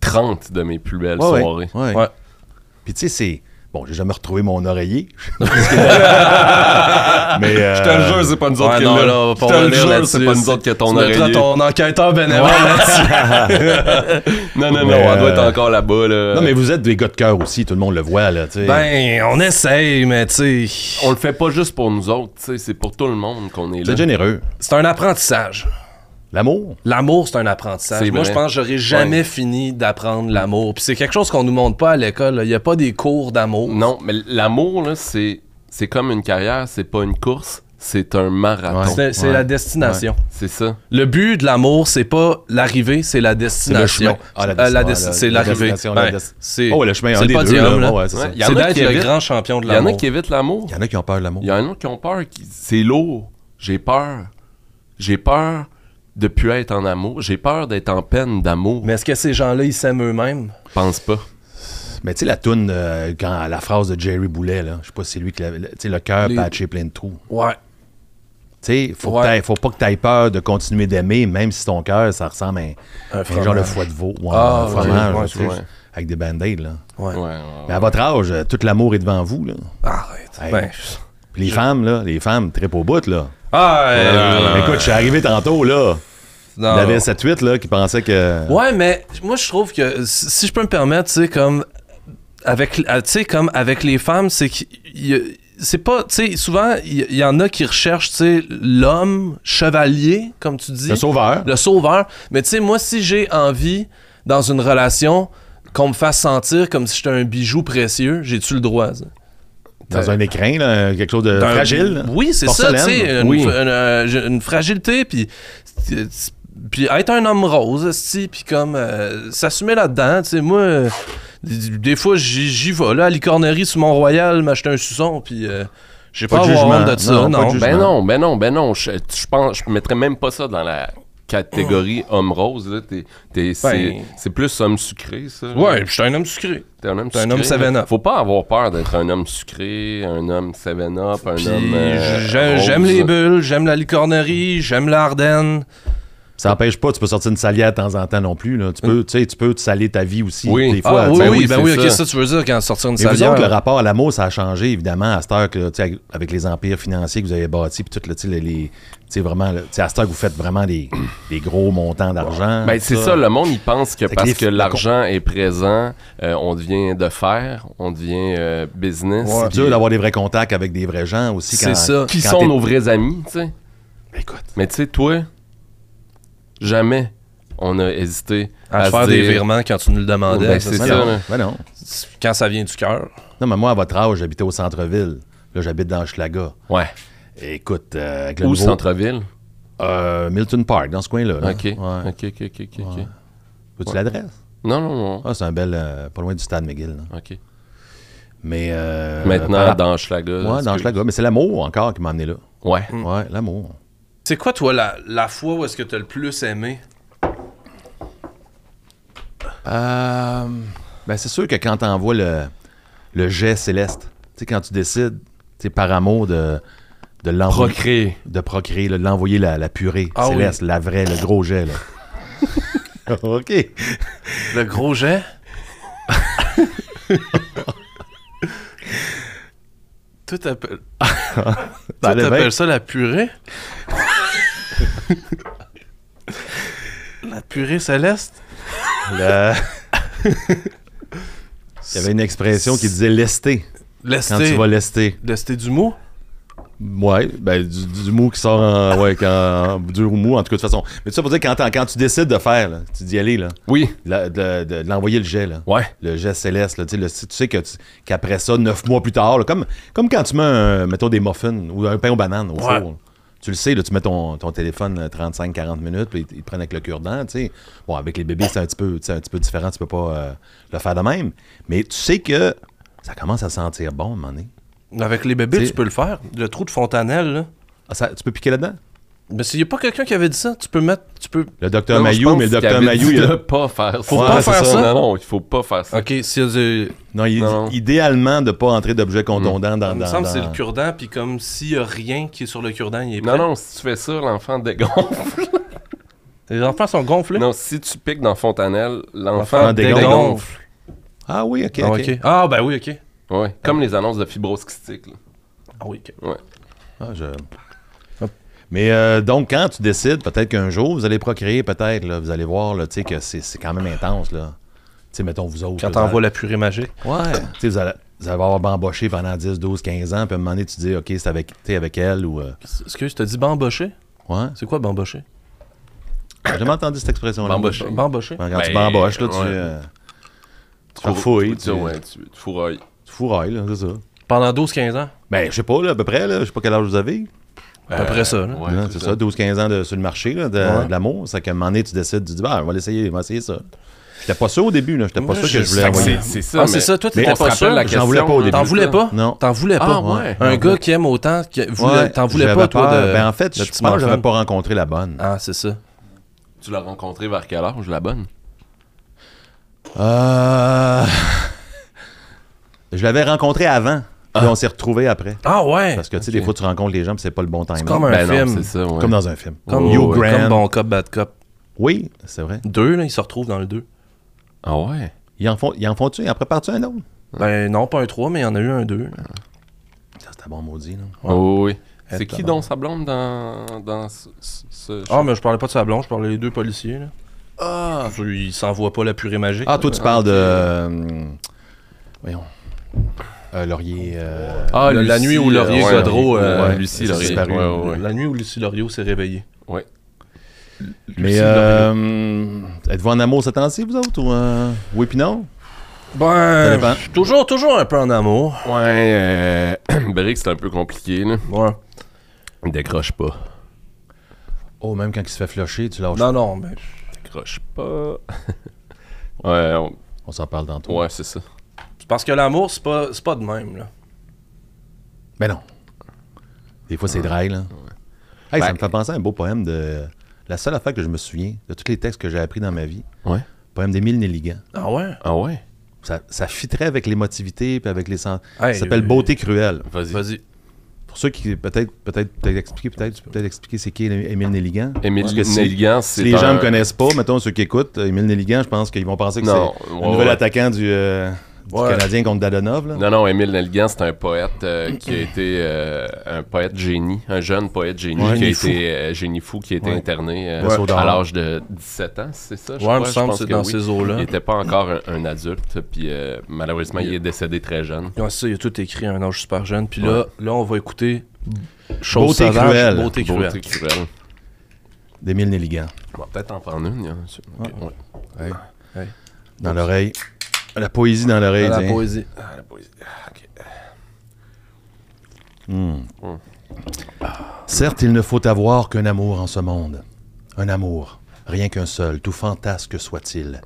Speaker 1: 30 de mes plus belles
Speaker 4: Ouais, ouais,
Speaker 1: soirées.
Speaker 4: ouais.
Speaker 2: Ouais.
Speaker 4: Puis tu sais, c'est. Bon, j'ai jamais retrouvé mon
Speaker 2: [LAUGHS]
Speaker 4: oreiller. [LAUGHS] mais. euh,
Speaker 1: Je te le jure, c'est pas nous autres
Speaker 2: Ouais,
Speaker 1: qui
Speaker 2: non,
Speaker 1: l'a.
Speaker 2: là, on va
Speaker 1: Je
Speaker 2: pas
Speaker 1: te le
Speaker 2: revenir
Speaker 1: jure,
Speaker 2: là-dessus.
Speaker 1: c'est pas nous autres qui a
Speaker 2: Tu
Speaker 1: ton
Speaker 2: mettras
Speaker 1: oreiller.
Speaker 2: ton enquêteur bénévole là-dessus.
Speaker 1: Non, non, non,
Speaker 4: Mais,
Speaker 1: on doit être
Speaker 4: euh,
Speaker 1: encore là-bas. Là.
Speaker 4: Non, mais vous êtes des gars de cœur aussi, tout le monde le voit, là, tu sais.
Speaker 2: Ben, on essaye, mais tu sais,
Speaker 1: On le fait pas juste pour nous autres, tu sais, c'est pour tout le monde qu'on est
Speaker 4: vous
Speaker 1: là.
Speaker 4: êtes généreux.
Speaker 2: c'est un apprentissage.
Speaker 4: L'amour.
Speaker 2: L'amour, c'est un apprentissage.
Speaker 1: C'est
Speaker 2: Moi,
Speaker 1: vrai.
Speaker 2: je pense que j'aurais jamais fini d'apprendre l'amour. Puis c'est quelque chose qu'on nous montre pas à l'école. là. Il n'y a pas des cours d'amour.
Speaker 1: Non, mais l'amour, là, c'est, c'est comme une carrière, c'est pas une course, c'est un marathon.
Speaker 2: C'est c'est
Speaker 4: Ouais.
Speaker 2: la destination.
Speaker 1: C'est ça.
Speaker 2: Le but de l'amour, c'est pas l'arrivée, c'est la destination.
Speaker 4: chemin. Ah, la
Speaker 2: Euh, la
Speaker 4: destination,
Speaker 2: desti-
Speaker 4: la-
Speaker 2: c'est
Speaker 4: la
Speaker 2: l'arrivée.
Speaker 4: destination, la
Speaker 2: Ouais.
Speaker 4: desti-
Speaker 2: C'est
Speaker 4: Oh, le chemin, un
Speaker 2: c'est
Speaker 4: des
Speaker 2: le
Speaker 4: deux,
Speaker 2: podium,
Speaker 4: là.
Speaker 2: là.
Speaker 4: Ouais, ouais, c'est ça.
Speaker 1: Ouais, y en
Speaker 2: C'est
Speaker 1: a
Speaker 2: d'être
Speaker 1: qui
Speaker 2: le
Speaker 1: évitent-
Speaker 2: grand champion de
Speaker 1: Il y en a
Speaker 2: l'amour.
Speaker 1: qui évitent l'amour.
Speaker 4: Il y en a qui ont peur de l'amour.
Speaker 1: Il y en a qui ont peur, qui- c'est lourd. J'ai peur. J'ai peur de plus être en amour. J'ai peur d'être en peine d'amour.
Speaker 2: Mais est-ce que ces gens-là, ils s'aiment eux-mêmes?
Speaker 1: Je pense pas.
Speaker 4: Mais tu sais, la toune, euh, quand, la phrase de Jerry Boulet, là, je sais pas si c'est lui qui l'avait. Tu sais, le cœur
Speaker 2: Les-
Speaker 4: patché plein de trous.
Speaker 2: Ouais.
Speaker 4: Tu sais, faut, que
Speaker 2: Ouais.
Speaker 4: t'ailles- faut pas que tu aies peur de continuer d'aimer, même si ton cœur, ça ressemble à un, un
Speaker 2: fromage.
Speaker 4: genre de foie de veau ou
Speaker 2: Ah,
Speaker 4: un
Speaker 2: ok,
Speaker 4: fromage,
Speaker 2: ouais, Ah,
Speaker 4: là, tu sais,
Speaker 1: ouais.
Speaker 4: avec des band-aids. là.
Speaker 1: Ouais,
Speaker 2: Ouais.
Speaker 1: ouais, ouais.
Speaker 4: Mais à votre âge, euh, tout l'amour est devant vous. Là.
Speaker 2: Arrête.
Speaker 4: Hey.
Speaker 2: Ben,
Speaker 4: Puis Les femmes, là, les femmes, très au bout. Là.
Speaker 2: Ah, euh,
Speaker 4: Euh, écoute, je suis arrivé tantôt. là.
Speaker 2: non,
Speaker 4: Il y
Speaker 2: non.
Speaker 4: avait cette 8 là, qui pensait que.
Speaker 2: Ah, Ouais, mais moi, je trouve que si si je peux me permettre, tu sais, comme avec, euh, tu sais, comme avec les femmes, c'est qu'il y a- c'est pas, tu sais, souvent, il y- il y, en a qui recherchent, tu sais, l'homme chevalier, comme tu dis.
Speaker 4: Le sauveur.
Speaker 2: le sauveur. Mais tu sais, moi, si j'ai envie, dans une relation, qu'on me fasse sentir comme si j'étais un bijou précieux, j'ai-tu le droit? ça?
Speaker 4: dans un écrin, là, quelque chose de
Speaker 2: D'un-
Speaker 4: Euh, fragile. là.
Speaker 2: Oui, c'est ça, tu
Speaker 4: Porcelaine.
Speaker 2: sais, une,
Speaker 1: Oui.
Speaker 2: une- euh, j'ai une fragilité, puis euh, puis être un homme rose, esti, puis comme euh, s'assumer là-dedans, tu sais, moi, euh, des, des fois, j'y j'y vais, là, à Licornerie, sur Mont-Royal, m'acheter un suçon, puis euh, j'ai pas,
Speaker 4: Pas de
Speaker 2: à avoir honte
Speaker 4: jugement.
Speaker 2: de ça,
Speaker 4: Non,
Speaker 2: non.
Speaker 4: pas de jugement.
Speaker 1: Ben non, ben non, ben non. Je, je pense, je mettrais même pas ça dans la catégorie homme rose. Là. T'es- t'es- c'est,
Speaker 2: Oh. Ben-
Speaker 1: c'est plus homme sucré, ça. là.
Speaker 2: Ouais, je suis un homme sucré.
Speaker 1: T'es un homme
Speaker 2: t'es un
Speaker 1: sucré,
Speaker 2: homme
Speaker 1: là.
Speaker 2: 7-Up.
Speaker 1: Faut pas avoir peur d'être un homme sucré, un homme 7-Up, un
Speaker 2: Puis
Speaker 1: homme. euh,
Speaker 2: j'ai-
Speaker 1: rose.
Speaker 2: j'aime les bulles, j'aime la licornerie, j'aime l'Ardenne.
Speaker 4: Ça n'empêche pas, tu peux sortir une salière de temps en temps non plus. Là. Tu, peux, tu sais, tu peux te saler ta vie aussi,
Speaker 1: Oui.
Speaker 4: des fois.
Speaker 2: Ah,
Speaker 4: tu
Speaker 2: oui,
Speaker 4: sais.
Speaker 2: oui,
Speaker 1: oui,
Speaker 2: ben
Speaker 1: c'est
Speaker 2: oui,
Speaker 1: ça.
Speaker 2: ok, ça, tu veux dire qu'en sortir une
Speaker 4: Mais vous autres, le
Speaker 2: salière.
Speaker 4: rapport à l'amour, ça a changé, évidemment, à cette heure que, tu sais, avec les empires financiers que vous avez bâtis, puis tout, là, tu sais, les- les- tu sais, vraiment, là, tu sais, à cette heure que vous faites vraiment des, [COUGHS] des gros montants d'argent.
Speaker 1: Ben, c'est ça. le monde, il pense que
Speaker 4: Hein, que
Speaker 1: parce
Speaker 4: les-
Speaker 1: que
Speaker 4: la con-
Speaker 1: l'argent est présent, euh, on devient de fer, on devient euh, business.
Speaker 4: C'est
Speaker 1: puis-
Speaker 4: dur d'avoir des vrais contacts avec des vrais gens aussi.
Speaker 2: C'est
Speaker 4: Quand,
Speaker 2: ça.
Speaker 1: qui
Speaker 4: quand
Speaker 1: sont
Speaker 4: t'es-
Speaker 1: nos vrais amis, tu sais.
Speaker 4: Ben, écoute.
Speaker 1: Mais tu sais, toi, jamais on a hésité
Speaker 2: À
Speaker 1: se
Speaker 2: faire des
Speaker 1: dire-
Speaker 2: virements quand tu nous le demandais.
Speaker 1: Ben,
Speaker 2: ça,
Speaker 1: c'est
Speaker 4: Ben
Speaker 1: ça,
Speaker 4: non,
Speaker 1: là.
Speaker 4: ben non.
Speaker 2: c'est- Quand ça vient du cœur.
Speaker 4: Non, mais moi, à votre âge, j'habitais au centre-ville. Là, j'habite dans Schlaga.
Speaker 1: Ouais.
Speaker 4: Écoute, euh, avec le
Speaker 1: Ou
Speaker 4: nouveau-
Speaker 1: centre-ville.
Speaker 4: Euh, Milton Park, dans ce coin-là. là.
Speaker 1: Ok.
Speaker 4: Ouais.
Speaker 1: ok, ok, ok, ok, ok.
Speaker 4: Veux-tu l'adresse?
Speaker 1: Non, non, non.
Speaker 4: Ah, c'est un bel... euh, pas loin du stade McGill. là.
Speaker 1: Ok.
Speaker 4: Mais... euh, par
Speaker 1: Maintenant,
Speaker 4: rapport-
Speaker 1: dans Schlager.
Speaker 4: Ouais, dans Schlaga. Mais c'est l'amour encore qui m'a amené là.
Speaker 1: Ouais.
Speaker 4: Ouais, l'amour.
Speaker 2: C'est quoi, toi, la, la fois où est-ce que t'as le plus aimé?
Speaker 4: Euh, ben, c'est sûr que quand t'envoies le, le jet céleste, tu sais, quand tu décides, tu sais, par amour de, de l'envoyer.
Speaker 1: Procréer.
Speaker 4: de procréer, là, de l'envoyer la, la purée
Speaker 2: Ah oui.
Speaker 4: céleste, la vraie, le gros jet, là. OK.
Speaker 2: Le gros
Speaker 4: [LAUGHS]
Speaker 2: jet? Toi,
Speaker 4: [LAUGHS]
Speaker 2: t'appelles,
Speaker 4: Dans le vin.
Speaker 2: ça la
Speaker 4: [LAUGHS]
Speaker 2: purée? la purée céleste?
Speaker 4: Le- Il y avait une expression qui disait lester. Quand tu
Speaker 2: L'esté.
Speaker 4: vas lester.
Speaker 2: L'esté du mot?
Speaker 4: Ouais, ben, du, du mou qui sort en. Ouais, quand, du mou, en tout cas, de toute façon. Mais tout ça pour dire, quand, t'en- quand tu décides de faire, là, tu d'y aller, là,
Speaker 1: Oui.
Speaker 4: la- de, de- de l'envoyer le jet, là.
Speaker 1: Ouais.
Speaker 4: le geste céleste. Là, tu sais, le- tu sais que tu- qu'après ça, neuf mois plus tard, là, comme, comme quand tu mets un, mettons, des muffins ou un pain aux bananes au four.
Speaker 2: Ouais.
Speaker 4: là. Tu le sais, là, tu mets ton, ton téléphone 35-40 minutes, puis ils te- ils te prennent avec le cure-dent. tu sais. Bon, avec les bébés, c'est un, petit peu- tu sais, un petit peu différent, tu peux pas euh, le faire de même. Mais tu sais que ça commence à sentir bon à un moment donné.
Speaker 2: Avec les bébés,
Speaker 4: C'est-
Speaker 2: tu peux le faire. Le trou de fontanelle, là.
Speaker 4: Ah, ça- tu peux piquer là-dedans?
Speaker 2: Mais s'il n'y a pas quelqu'un qui avait dit ça, tu peux mettre. Tu peux...
Speaker 4: Le docteur
Speaker 1: Non, je
Speaker 4: Mayou,
Speaker 1: pense
Speaker 4: mais le
Speaker 1: qu'il
Speaker 4: docteur
Speaker 1: avait
Speaker 4: Mayou,
Speaker 1: dit
Speaker 4: il
Speaker 1: de
Speaker 4: a-
Speaker 1: pas faire ça.
Speaker 2: Faut pas faire
Speaker 1: c'est
Speaker 2: ça?
Speaker 1: Non, non, il faut pas faire ça.
Speaker 2: Ok, euh, s'il y a du.
Speaker 4: non, il
Speaker 1: Non, non.
Speaker 4: dit idéalement de pas entrer d'objets contondants dans,
Speaker 2: Il me
Speaker 4: dans-
Speaker 2: semble que c'est
Speaker 4: dans-
Speaker 2: le cure-dent, puis comme s'il y a rien qui est sur le cure-dent, il est prêt.
Speaker 1: Non, non, si tu fais ça, l'enfant dégonfle.
Speaker 2: Les enfants sont gonflés.
Speaker 1: non, si tu piques dans Fontanelle, l'enfant
Speaker 4: L'enfant
Speaker 1: dégonfle.
Speaker 4: dégonfle.
Speaker 2: Dégonfle.
Speaker 4: Ah oui, ok.
Speaker 2: Ah,
Speaker 4: ok.
Speaker 2: ok. Ah, ben oui, ok.
Speaker 1: Ouais, comme les annonces de fibrose kystique. là.
Speaker 2: Ah oui, ok.
Speaker 1: Ouais.
Speaker 4: Ah, je- Mais euh, donc, quand tu décides, peut-être qu'un jour, vous allez procréer, peut-être, là, vous allez voir là, tu sais, que c'est c'est quand même intense. Là. Tu sais, mettons, vous autres.
Speaker 2: Quand
Speaker 4: là, vous
Speaker 2: t'envoies la purée magique.
Speaker 4: allez- Ouais. Tu sais, vous allez, vous allez avoir bamboché pendant 10, 12, 15 ans, puis à un moment donné, tu dis, OK, c'est avec, tu sais, avec elle ou. euh,
Speaker 2: Excuse, t'as dit bamboché
Speaker 4: ouais.
Speaker 2: C'est quoi bamboché
Speaker 4: J'ai jamais entendu cette expression-là.
Speaker 1: Bamboché.
Speaker 2: Bamboché
Speaker 4: Quand
Speaker 1: Ben,
Speaker 4: tu bamboches, là, tu.
Speaker 1: ouais.
Speaker 4: euh, tu farfouilles, Ah, tu,
Speaker 1: tu, ouais, tu, tu fourroilles.
Speaker 4: tu fourrailles, là, c'est ça.
Speaker 2: Pendant 12-15 ans.
Speaker 4: Ben, je sais pas, là, à peu près, là, je sais pas quel âge vous avez.
Speaker 2: À peu près ça, là.
Speaker 1: Ouais,
Speaker 4: Hein, c'est ça, 12-15 ans de- sur le marché là, de,
Speaker 2: Ouais.
Speaker 4: de l'amour. C'est qu'à un moment donné, tu décides, tu dis, bah, on va l'essayer, on va essayer ça. J'étais pas sûr au début, là. J'étais pas
Speaker 2: Moi,
Speaker 4: sûr
Speaker 2: je-
Speaker 4: que je voulais
Speaker 2: ça que
Speaker 4: envoyer.
Speaker 1: C'est c'est ça.
Speaker 2: Ah, c'est
Speaker 1: mais
Speaker 2: ça, toi,
Speaker 4: mais
Speaker 2: t'étais
Speaker 1: on se
Speaker 2: pas
Speaker 1: rappelle
Speaker 2: sûr.
Speaker 1: la
Speaker 4: J'en voulais pas au
Speaker 1: question,
Speaker 4: début.
Speaker 2: T'en voulais pas
Speaker 4: Non.
Speaker 2: T'en voulais pas.
Speaker 1: Ah, ouais.
Speaker 2: Un
Speaker 1: Non.
Speaker 2: gars qui aime autant. que- voulait-
Speaker 4: Ouais,
Speaker 2: euh, T'en voulais
Speaker 4: j'avais
Speaker 2: pas, toi,
Speaker 4: peur.
Speaker 2: de.
Speaker 4: Ben, en fait,
Speaker 2: de
Speaker 4: je
Speaker 2: petit
Speaker 4: pense que j'avais
Speaker 2: morphine.
Speaker 4: pas rencontré la bonne.
Speaker 2: Ah, c'est ça.
Speaker 1: Tu l'as rencontré vers quel âge, la bonne?
Speaker 4: Euh, je l'avais rencontrée avant, puis on s'est retrouvés après.
Speaker 2: Ah, ouais.
Speaker 4: Parce que, tu sais, des fois, tu rencontres les gens, puis c'est pas le bon timing.
Speaker 2: comme un
Speaker 1: ben non,
Speaker 2: film.
Speaker 1: c'est ça, ouais.
Speaker 4: Comme dans un film.
Speaker 2: Comme
Speaker 1: Oh,
Speaker 4: Hugh
Speaker 2: ouais,
Speaker 4: Grant.
Speaker 2: Comme Bon Cop, Bad Cop.
Speaker 4: Oui, c'est vrai.
Speaker 2: Deux, là, ils se retrouvent dans le deux.
Speaker 1: Ah ouais?
Speaker 4: Ils en font- ils en font-tu? Ils en préparent-tu un autre?
Speaker 2: Ben non, pas un 3, mais il y en a eu un 2.
Speaker 4: Ça, C'était bon maudit, là.
Speaker 1: Oh, oui. C'est
Speaker 2: Elle
Speaker 1: qui
Speaker 2: t'a-
Speaker 1: donc sa blonde dans, dans ce... ce- ce-
Speaker 2: Ah, mais je parlais pas de Sablon, je parlais des deux policiers. Là.
Speaker 1: Ah!
Speaker 2: Ils Ils s'envoient pas la purée magique.
Speaker 4: Ah, toi, tu
Speaker 1: Ah,
Speaker 4: parles de.
Speaker 1: ok.
Speaker 4: euh, Voyons. Euh, Laurier. euh,
Speaker 1: Ah,
Speaker 2: Le- la nuit où Laurier
Speaker 1: ouais,
Speaker 2: Godreau, euh,
Speaker 1: ouais,
Speaker 4: euh,
Speaker 1: Lucie
Speaker 4: s'est
Speaker 1: Laurier.
Speaker 4: disparu.
Speaker 1: Ouais, ouais, ouais.
Speaker 2: La nuit où Lucie Loriot s'est réveillée.
Speaker 1: Ouais.
Speaker 4: Mais euh, êtes-vous en amour cette année, vous autres? Ou, euh, oui, puis non? Ça
Speaker 2: Ben,
Speaker 4: dépend.
Speaker 2: je suis toujours, toujours un peu en amour.
Speaker 1: Ouais, euh, [CLEARS THROAT] Brick, c'est un peu compliqué, là.
Speaker 2: Ouais.
Speaker 1: Il décroche pas.
Speaker 4: Oh, même quand il se fait flusher, tu lâches.
Speaker 2: Non, non, mais
Speaker 1: Décroche pas. [LAUGHS] ouais, on-
Speaker 4: On s'en parle dans toi.
Speaker 1: ouais, c'est ça.
Speaker 2: c'est parce que l'amour, c'est pas, c'est pas de même, là.
Speaker 4: Mais Ben non. Des fois, c'est dry, là. Hey,
Speaker 1: Ben-
Speaker 4: ça me fait penser à un beau poème de. La seule affaire que je me souviens de tous les textes que j'ai appris dans ma vie,
Speaker 1: Ouais.
Speaker 4: poème d'Émile Nelligan.
Speaker 2: Ah ouais?
Speaker 1: Ah ouais?
Speaker 4: Ça, ça fitterait avec l'émotivité puis avec les sens.
Speaker 2: Hey,
Speaker 4: ça s'appelle
Speaker 2: euh,
Speaker 4: Beauté cruelle.
Speaker 1: Vas-y.
Speaker 2: Vas-y.
Speaker 4: Pour ceux qui peut-être peut-être peut-être expliquer peut-être tu peux peut-être expliquer c'est qui Émile Nelligan.
Speaker 1: Émile
Speaker 4: Parce que si-
Speaker 1: Nelligan,
Speaker 4: Si
Speaker 1: c'est
Speaker 4: les gens
Speaker 1: un-
Speaker 4: ne connaissent pas, mettons ceux qui écoutent, euh, Émile Nelligan, je pense qu'ils vont penser que
Speaker 1: Non,
Speaker 4: c'est
Speaker 1: ouais,
Speaker 4: le nouvel
Speaker 1: ouais.
Speaker 4: attaquant du, euh, du
Speaker 2: Ouais.
Speaker 4: Canadien contre Dadonov. Là.
Speaker 1: Non, non, Émile Nelligan, c'est un poète euh, qui a été euh, un poète génie, un jeune poète génie
Speaker 4: Ouais.
Speaker 1: qui a
Speaker 4: Génie fou.
Speaker 1: été euh, génie fou, qui a été
Speaker 4: Ouais.
Speaker 1: interné euh,
Speaker 4: Le saut
Speaker 1: à
Speaker 4: d'or.
Speaker 1: l'âge de 17 ans, c'est ça? je
Speaker 2: Ouais, il me
Speaker 1: crois, je
Speaker 2: semble que
Speaker 1: pense
Speaker 2: c'est dans
Speaker 1: oui.
Speaker 2: ces eaux-là.
Speaker 1: Il n'était pas encore un, un adulte, puis euh, malheureusement, il est décédé très jeune.
Speaker 2: Ouais, ça, il a tout écrit à un âge super jeune. Puis là, là, on va écouter Chose
Speaker 4: Beauté
Speaker 2: sauvage,
Speaker 4: cruelle.
Speaker 2: Beauté cruelle.
Speaker 1: Beauté cruelle.
Speaker 4: D'Émile Nelligan.
Speaker 1: On va peut-être en prendre une. il y en a- ok, ouais.
Speaker 4: Dans l'oreille. La poésie dans l'oreille.
Speaker 2: Dans la
Speaker 4: tiens.
Speaker 2: poésie.
Speaker 4: Certes, il ne faut avoir qu'un amour en ce monde. Un amour, rien qu'un seul, tout fantasque soit-il.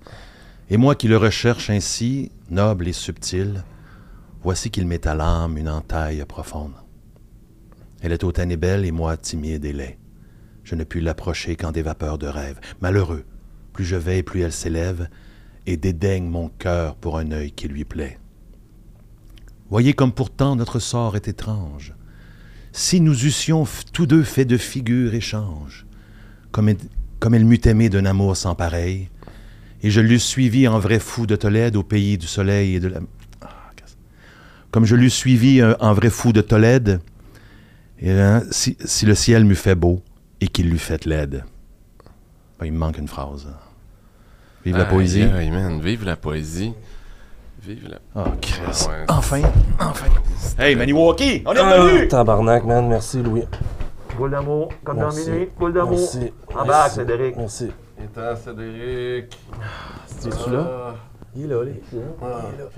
Speaker 4: Et moi qui le recherche ainsi, noble et subtil, voici qu'il m'est à l'âme une entaille profonde. Elle est hautaine et belle, et moi timide et laid. Je ne puis l'approcher qu'en des vapeurs de rêve. Malheureux, plus je vais, plus elle s'élève, et dédaigne mon cœur pour un œil qui lui plaît. Voyez comme pourtant notre sort est étrange si nous eussions f- tous deux fait de figure échange, comme, elle- comme elle m'eût aimé d'un amour sans pareil, et je l'eus suivi en vrai fou de Tolède au pays du soleil et de la... Ah, qu'est-ce- Comme je l'eus suivi euh, en vrai fou de Tolède, et, hein, si, si le ciel m'eût fait beau et qu'il l'eût fait laide. Ben, il me manque une phrase. Vive la
Speaker 1: Aïe,
Speaker 4: poésie.
Speaker 1: aïe, man, vive la poésie. Vive la
Speaker 4: Oh, Christ.
Speaker 1: Ouais, ouais.
Speaker 4: Enfin, enfin. Hey, Maniwaki, on est
Speaker 2: Ah, tabarnak, man. Merci, Louis.
Speaker 5: Coule d'amour, comme dans
Speaker 2: Merci.
Speaker 5: minuit, coule d'amour.
Speaker 2: Merci.
Speaker 5: En bas,
Speaker 2: Merci.
Speaker 5: Cédric.
Speaker 2: Merci.
Speaker 1: Étant Cédric.
Speaker 2: C'est-tu là?
Speaker 5: Il est là,
Speaker 1: Il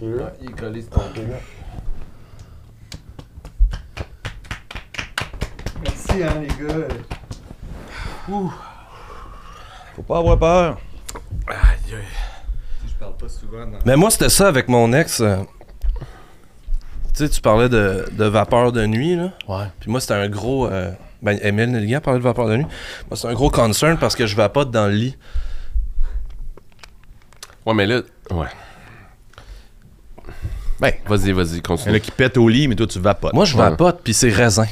Speaker 1: est là. Il est collé sur ton cul.
Speaker 6: Merci, hein, les gars.
Speaker 4: Faut pas avoir peur.
Speaker 6: Je parle pas souvent dans.
Speaker 2: Mais moi, c'était ça avec mon ex. euh, Tu sais, tu parlais de, de vapeur de nuit, là.
Speaker 4: Ouais.
Speaker 2: Puis moi, c'était un gros. euh, ben, Emile Nelligan parlait de vapeur de nuit. Moi, c'est un gros concern parce que je vapote dans le lit.
Speaker 1: Ouais, mais là, ouais.
Speaker 4: Ben,
Speaker 1: Vas-y, vas-y,
Speaker 4: il y en a
Speaker 1: continue.
Speaker 4: qui pètent au lit, mais toi, tu vapotes.
Speaker 2: Moi, je
Speaker 1: Ouais.
Speaker 2: vapote, puis c'est raisin.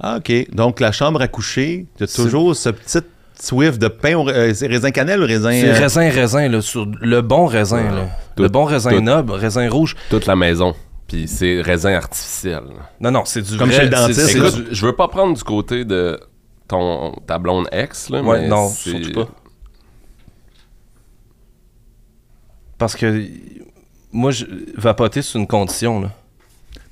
Speaker 4: Ah, OK. Donc, la chambre à coucher, tu as toujours ce petit swift de pain. au ra- euh, c'est raisin cannelle ou raisin.
Speaker 2: C'est
Speaker 4: euh,
Speaker 2: raisin, raisin, là. Sur le bon raisin, là.
Speaker 1: Tout-
Speaker 2: le bon raisin
Speaker 1: tout.
Speaker 2: noble, raisin rouge.
Speaker 1: Toute la maison. Puis c'est raisin artificiel.
Speaker 2: Non, non, c'est du
Speaker 4: Comme
Speaker 2: vrai.
Speaker 4: chez le dentiste,
Speaker 2: c'est- c'est
Speaker 4: écoute.
Speaker 2: du-
Speaker 1: Écoute, je veux pas prendre du côté de ton ta blonde ex là,
Speaker 2: Ouais,
Speaker 1: mais
Speaker 2: non,
Speaker 1: c'est-
Speaker 2: surtout pas. Parce que moi, je, vapoter, c'est une condition. Là.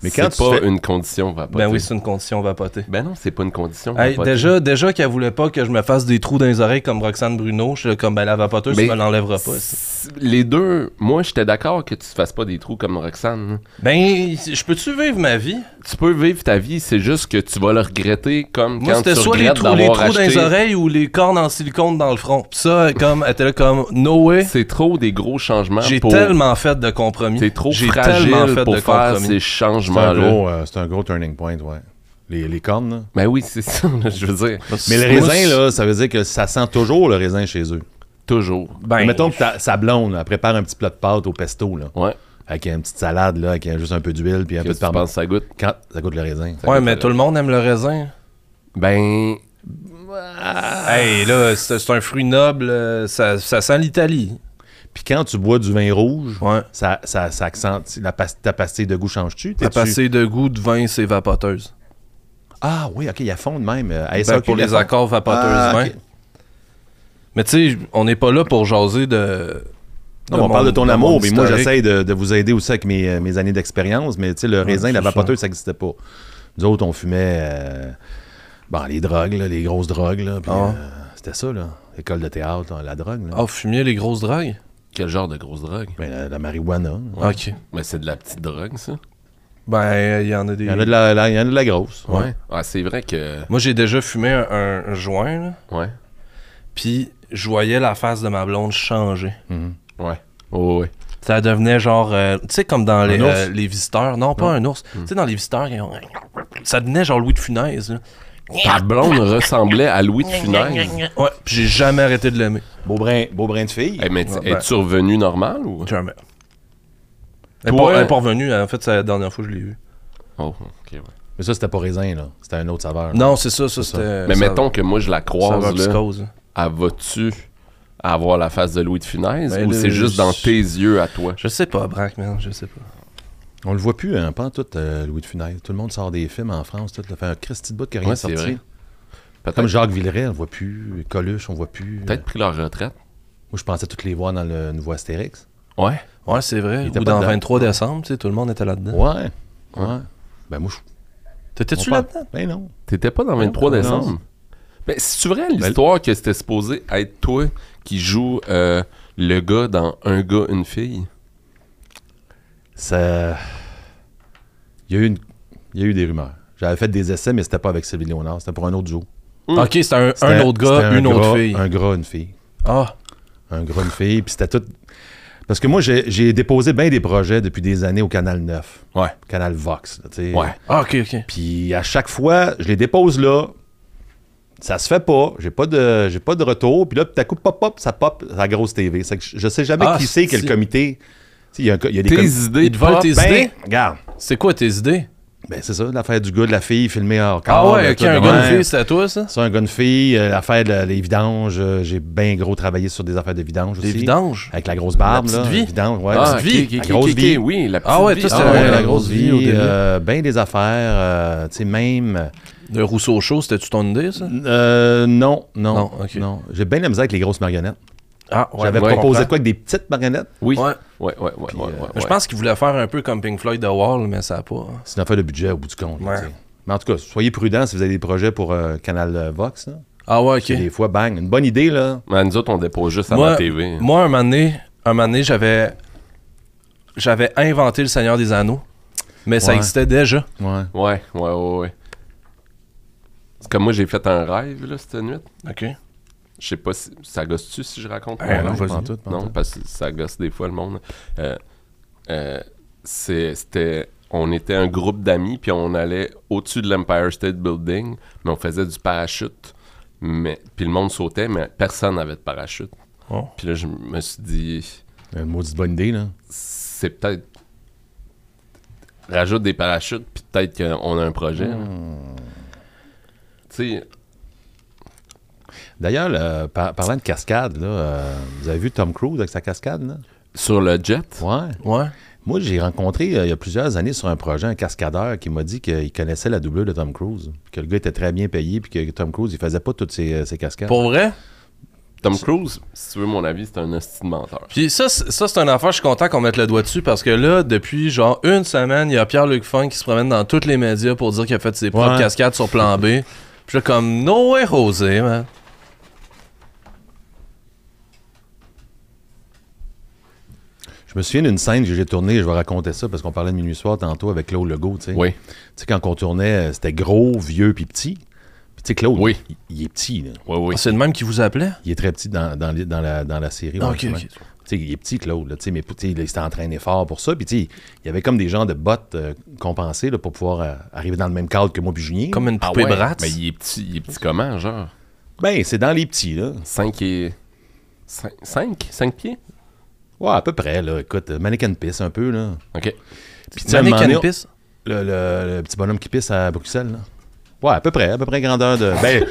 Speaker 4: Mais
Speaker 1: C'est
Speaker 4: quand tu
Speaker 1: pas
Speaker 4: fais-
Speaker 1: une condition va
Speaker 2: Ben oui, c'est une condition, vapoter.
Speaker 1: Ben non, c'est pas une condition.
Speaker 2: Hey,
Speaker 1: vapoter.
Speaker 2: déjà déjà qu'elle voulait pas que je me fasse des trous dans les oreilles comme Roxane Bruno, je suis là comme ben, la vapoteuse,
Speaker 1: Mais-
Speaker 2: tu me l'enlèveras pas. ça.
Speaker 1: les deux, moi j'étais d'accord que tu te fasses pas des trous comme Roxane.
Speaker 2: Ben, je peux-tu vivre ma vie?
Speaker 1: Tu peux vivre ta vie, c'est juste que tu vas le regretter comme
Speaker 2: Moi,
Speaker 1: quand tu
Speaker 2: c'était soit les
Speaker 1: regrettes
Speaker 2: trous, les
Speaker 1: d'avoir
Speaker 2: trous dans les
Speaker 1: acheté-
Speaker 2: oreilles ou les cornes en silicone dans le front. Pis ça, comme, elle était là comme, no way.
Speaker 1: C'est trop des gros changements
Speaker 2: J'ai
Speaker 1: pour
Speaker 2: tellement fait de compromis.
Speaker 1: T'es trop
Speaker 2: J'ai
Speaker 1: fragile
Speaker 2: tellement fait
Speaker 1: pour
Speaker 2: de
Speaker 1: faire
Speaker 2: compromis.
Speaker 1: ces
Speaker 4: c'est un,
Speaker 1: changements-là.
Speaker 4: gros, euh, c'est un gros turning point, ouais. Les, les cornes, là.
Speaker 1: Ben oui, c'est ça, là, je veux dire.
Speaker 4: Mais le
Speaker 2: Moi,
Speaker 4: raisin, là, ça veut dire que ça sent toujours le raisin chez eux.
Speaker 1: Toujours.
Speaker 2: Ben,
Speaker 4: Mettons que ta- sa blonde, elle prépare un petit plat de pâtes au pesto, là.
Speaker 1: Ouais.
Speaker 4: Avec une petite salade, là, avec euh, juste un peu d'huile puis un peu
Speaker 1: Qu'est-ce
Speaker 4: de
Speaker 1: que tu
Speaker 4: parmesan.
Speaker 1: penses que ça goûte?
Speaker 4: Quand ça goûte le raisin.
Speaker 2: Ouais, mais tout le monde aime le raisin.
Speaker 1: Ben,
Speaker 2: Hey, là, c'est c'est un fruit noble, euh, ça, ça sent l'Italie.
Speaker 4: Puis quand tu bois du vin rouge,
Speaker 2: Ouais.
Speaker 4: ça, ça, ça accentue. La pas- ta pastille de goût change-tu?
Speaker 2: La
Speaker 4: T'es-tu-
Speaker 2: passée de goût de vin, c'est vapoteuse.
Speaker 4: Ah oui, OK, il y a fond de même. euh, à
Speaker 2: Ben,
Speaker 4: SAQ,
Speaker 2: pour
Speaker 4: il y a
Speaker 2: les
Speaker 4: fond.
Speaker 2: accords vapoteuses,
Speaker 4: Ah,
Speaker 2: vin.
Speaker 4: ok.
Speaker 2: Mais tu sais, on n'est pas là pour jaser de.
Speaker 4: Non,
Speaker 2: de
Speaker 4: on parle
Speaker 2: mon-
Speaker 4: de ton
Speaker 2: mon
Speaker 4: amour, mais moi,
Speaker 2: historique.
Speaker 4: j'essaye de, de vous aider aussi avec mes, euh, mes années d'expérience. Mais tu sais, le raisin, la
Speaker 2: c'est ça.
Speaker 4: vapoteuse, ça n'existait pas. Nous autres, on fumait euh, bon, les drogues, là, les grosses drogues. là, puis,
Speaker 2: Ah.
Speaker 4: euh, C'était ça, là. École de théâtre, là, la drogue. là.
Speaker 2: Ah, vous fumiez les grosses drogues?
Speaker 1: Quel genre de grosse drogue?
Speaker 4: Ben, la, la marijuana.
Speaker 1: Ouais.
Speaker 2: Ok.
Speaker 1: Mais ben, c'est de la petite drogue, ça.
Speaker 2: Ben, il y en a des.
Speaker 4: Il y en a de la, la- il y en a de la grosse.
Speaker 1: Ouais. Ah, c'est vrai que.
Speaker 2: Moi, j'ai déjà fumé un, un joint, là,
Speaker 1: Ouais.
Speaker 2: puis je voyais la face de ma blonde changer.
Speaker 4: Mhm.
Speaker 1: Ouais. Oh, ouais.
Speaker 2: Ça devenait genre, euh, tu sais, comme dans les,
Speaker 4: ours?
Speaker 2: euh, les visiteurs. Non, pas un ours. Tu sais, dans les visiteurs, ils ont- ça devenait genre Louis de Funès. là.
Speaker 1: Ta blonde ressemblait à Louis de Funès.
Speaker 2: Ouais, puis j'ai jamais arrêté de l'aimer.
Speaker 4: Beau, brin, beau brin de fille.
Speaker 1: Eh, mais t-
Speaker 2: Ouais, ben-
Speaker 1: es-tu revenu normal ou.
Speaker 2: Jamais. Elle est
Speaker 1: Toi,
Speaker 2: pas- elle est
Speaker 1: euh,
Speaker 2: pas revenue. En fait, c'est la dernière fois que je l'ai vue.
Speaker 1: Oh, ok, ouais.
Speaker 4: Mais ça, c'était pas raisin, là. C'était une autre saveur.
Speaker 2: Non, c'est ça, ça, c'était.
Speaker 1: Mais
Speaker 2: ça-
Speaker 1: mettons que moi, je la
Speaker 2: saveur
Speaker 1: croise, là.
Speaker 2: psychose.
Speaker 1: Elle va-tu avoir la face de Louis de Funès
Speaker 2: Ben
Speaker 1: ou
Speaker 2: là,
Speaker 1: c'est juste
Speaker 2: je-
Speaker 1: dans tes yeux à toi?
Speaker 2: Je sais pas, Braque, man, je sais pas.
Speaker 4: On le voit plus, hein, pas en tout, euh, Louis de Funès. Tout le monde sort des films en France. Tout, le fait un Christy de bout qui a rien
Speaker 1: Ouais, c'est
Speaker 4: sorti.
Speaker 1: vrai. Peut-être
Speaker 4: Comme Jacques Villeray, on le voit plus. Coluche, on le voit plus.
Speaker 1: peut-être pris leur retraite.
Speaker 4: Moi, je pensais toutes les voir dans le nouveau Astérix.
Speaker 1: Ouais.
Speaker 2: Ouais, c'est vrai.
Speaker 4: Il était
Speaker 2: Ou
Speaker 4: pas
Speaker 2: dans
Speaker 4: dedans.
Speaker 2: 23 décembre, tu sais, tout le monde était là-dedans.
Speaker 4: Ouais. Ouais. Ben, moi, je.
Speaker 2: T'étais-tu
Speaker 4: on parle-
Speaker 2: là-dedans?
Speaker 4: Ben, non.
Speaker 1: T'étais pas dans 23
Speaker 4: non.
Speaker 1: décembre. Ben, c'est-tu vrai l'histoire que c'était supposé être toi qui joue euh, le gars dans Un gars, une fille?
Speaker 4: Ça. Il y a eu, une... il y a eu des rumeurs. J'avais fait des essais, mais c'était pas avec Sylvie Léonard. C'était pour un autre duo.
Speaker 1: Mm.
Speaker 2: Ok, c'était un,
Speaker 4: C'était-
Speaker 2: un autre
Speaker 4: c'était
Speaker 2: gars,
Speaker 4: un
Speaker 2: une autre
Speaker 4: gras-
Speaker 2: fille.
Speaker 4: Un gras, une fille.
Speaker 2: Ah,
Speaker 4: Un gros, une fille. Puis c'était tout. Parce que moi, j'ai j'ai déposé bien des projets depuis des années au Canal 9.
Speaker 1: Ouais.
Speaker 4: Canal Vox. là, tu sais.
Speaker 1: Ouais.
Speaker 2: Ah, ok, ok.
Speaker 4: Puis à chaque fois, je les dépose là. Ça se fait pas. J'ai pas de, j'ai pas de retour. Puis là, tout à coup, pop, pop, ça pop à la grosse TV. C'est que je je sais jamais
Speaker 2: Ah,
Speaker 4: qui c'est, quel
Speaker 2: si.
Speaker 4: comité. Tu sais, Il y, a un co- il y a des
Speaker 1: Tes
Speaker 4: comi-
Speaker 1: idées,
Speaker 2: Ils te volent
Speaker 1: pop,
Speaker 2: tes
Speaker 4: Ben,
Speaker 2: idées?
Speaker 4: regarde.
Speaker 2: C'est quoi tes idées?
Speaker 4: Ben, c'est ça, l'affaire du gars, de la fille, filmée encore.
Speaker 2: Ah ouais, ok, un gars, une fille,
Speaker 4: Ça,
Speaker 2: c'est à toi, ça?
Speaker 4: un gars, une fille. euh, L'affaire des vidanges. euh, J'ai bien gros travaillé sur des affaires de vidanges
Speaker 2: Des
Speaker 4: aussi.
Speaker 2: vidanges?
Speaker 4: Avec la grosse barbe,
Speaker 2: La
Speaker 4: là.
Speaker 2: petite vie?
Speaker 4: Vidange, ouais.
Speaker 1: Ah,
Speaker 4: La
Speaker 1: ok,
Speaker 4: petite
Speaker 1: ok,
Speaker 4: vie,
Speaker 1: ok,
Speaker 4: la grosse
Speaker 1: ok,
Speaker 4: vie.
Speaker 1: oui, la petite
Speaker 2: Ah ouais,
Speaker 1: vie.
Speaker 2: toi,
Speaker 4: Ah
Speaker 2: c'était-
Speaker 4: ouais,
Speaker 2: Ouais,
Speaker 4: la
Speaker 2: la
Speaker 4: grosse
Speaker 2: grosse vie
Speaker 4: vie,
Speaker 2: au début.
Speaker 4: euh, ben des affaires, euh, tu sais, même...
Speaker 2: Le Rousseau Show, c'était-tu ton idée, ça?
Speaker 4: euh, non, non, non.
Speaker 2: Non, ok.
Speaker 4: J'ai bien la misère avec les grosses marionnettes.
Speaker 2: Ah, ouais.
Speaker 4: J'avais
Speaker 1: ouais,
Speaker 4: proposé
Speaker 1: comprends.
Speaker 4: de quoi avec des petites marionnettes?
Speaker 1: Oui.
Speaker 2: Ouais.
Speaker 1: Ouais, ouais, ouais, ouais, ouais, ouais.
Speaker 2: Je pense qu'il voulait faire un peu comme Pink Floyd The Wall, mais ça a pas.
Speaker 4: C'est une affaire de budget, au bout du compte. là,
Speaker 2: Ouais.
Speaker 4: tu sais. Mais en tout cas, soyez prudents si vous avez des projets pour euh, Canal euh, Vox. là.
Speaker 2: Ah ouais,
Speaker 4: Puis
Speaker 2: ok.
Speaker 4: Des fois, bang, une bonne idée, là.
Speaker 1: Mais nous autres, on dépose juste à
Speaker 2: Moi,
Speaker 1: la TV.
Speaker 2: moi, un moment donné, un moment donné, j'avais. J'avais inventé le Seigneur des Anneaux, mais ça
Speaker 4: Ouais.
Speaker 2: existait déjà.
Speaker 4: Ouais.
Speaker 1: Ouais, ouais, ouais, ouais. C'est comme moi, j'ai fait un rêve, là, cette nuit.
Speaker 2: Ok.
Speaker 1: Je sais pas si. Ça gosse-tu si je raconte
Speaker 2: Eh,
Speaker 1: mon
Speaker 2: non,
Speaker 1: rêve?
Speaker 2: vas-y.
Speaker 4: pas en tout, pas en
Speaker 1: Non,
Speaker 4: tout.
Speaker 1: parce que ça gosse des fois le monde. Euh, euh, c'est- C'était. On était un groupe d'amis, puis on allait au-dessus de l'Empire State Building, mais on faisait du parachute. Mais, puis le monde sautait, mais personne n'avait de parachute.
Speaker 2: Oh.
Speaker 1: Puis là, je me suis dit,
Speaker 4: Une maudite bonne idée, là.
Speaker 1: c'est peut-être. Rajoute des parachutes, puis peut-être qu'on a un projet. là.
Speaker 4: Hmm.
Speaker 1: Tu sais,
Speaker 4: D'ailleurs, là, par- parlant de cascade, là, euh, vous avez vu Tom Cruise avec sa cascade, là?
Speaker 1: sur le jet,
Speaker 4: Ouais.
Speaker 2: Ouais.
Speaker 4: Moi, j'ai rencontré euh, il y a plusieurs années sur un projet un cascadeur qui m'a dit qu'il connaissait la doublure de Tom Cruise, que le gars était très bien payé, puis que Tom Cruise, il faisait pas toutes ses, euh, ses cascades.
Speaker 2: Pour vrai?
Speaker 1: Tom Cruise, si tu veux mon avis, c'est un hostile menteur.
Speaker 2: Puis ça, c'est- ça c'est une affaire, je suis content qu'on mette le doigt dessus parce que là, depuis genre une semaine, il y a Pierre-Luc Funk qui se promène dans tous les médias pour dire qu'il a fait ses propres
Speaker 4: Ouais.
Speaker 2: cascades sur plan B. Puis là, comme No way, Rosé, man.
Speaker 4: Je me souviens d'une scène que j'ai tournée, je vais raconter ça, parce qu'on parlait de Minuit Soir tantôt avec Claude Legault, tu sais.
Speaker 1: Oui.
Speaker 4: Tu sais, quand on tournait, euh, c'était gros, vieux, puis petit. Puis tu sais, Claude,
Speaker 1: Oui.
Speaker 4: il, il est petit, là.
Speaker 1: Oui, oui.
Speaker 2: Ah, C'est le même qui vous appelait?
Speaker 4: Il est très petit dans, dans les- dans la, dans la série.
Speaker 2: Ah,
Speaker 4: ouais,
Speaker 2: ok,
Speaker 4: justement.
Speaker 2: ok.
Speaker 4: Tu sais, il est petit, Claude, là, tu sais, mais tu sais, il s'est entraîné fort pour ça. Puis, tu sais, il y avait comme des genres de bottes euh, compensées là, pour pouvoir euh, arriver dans le même cadre que moi puis Julien.
Speaker 2: Comme une
Speaker 1: Ah
Speaker 2: poupée
Speaker 1: ouais,
Speaker 2: bratz.
Speaker 1: Mais il est petit, il est petit comment, genre?
Speaker 4: Ben, c'est dans les petits, là.
Speaker 1: 5 et... 5? 5, pieds?
Speaker 4: Ouais, à peu près, là. Écoute, euh, mannequin pisse un peu, là.
Speaker 1: OK.
Speaker 4: Puis, tu sais, à un
Speaker 2: Mannequin
Speaker 4: moment donné,
Speaker 2: Pisse?
Speaker 4: Le, le- le petit bonhomme qui pisse à Bruxelles, là. Ouais, à peu près, à peu près grandeur de. Ben,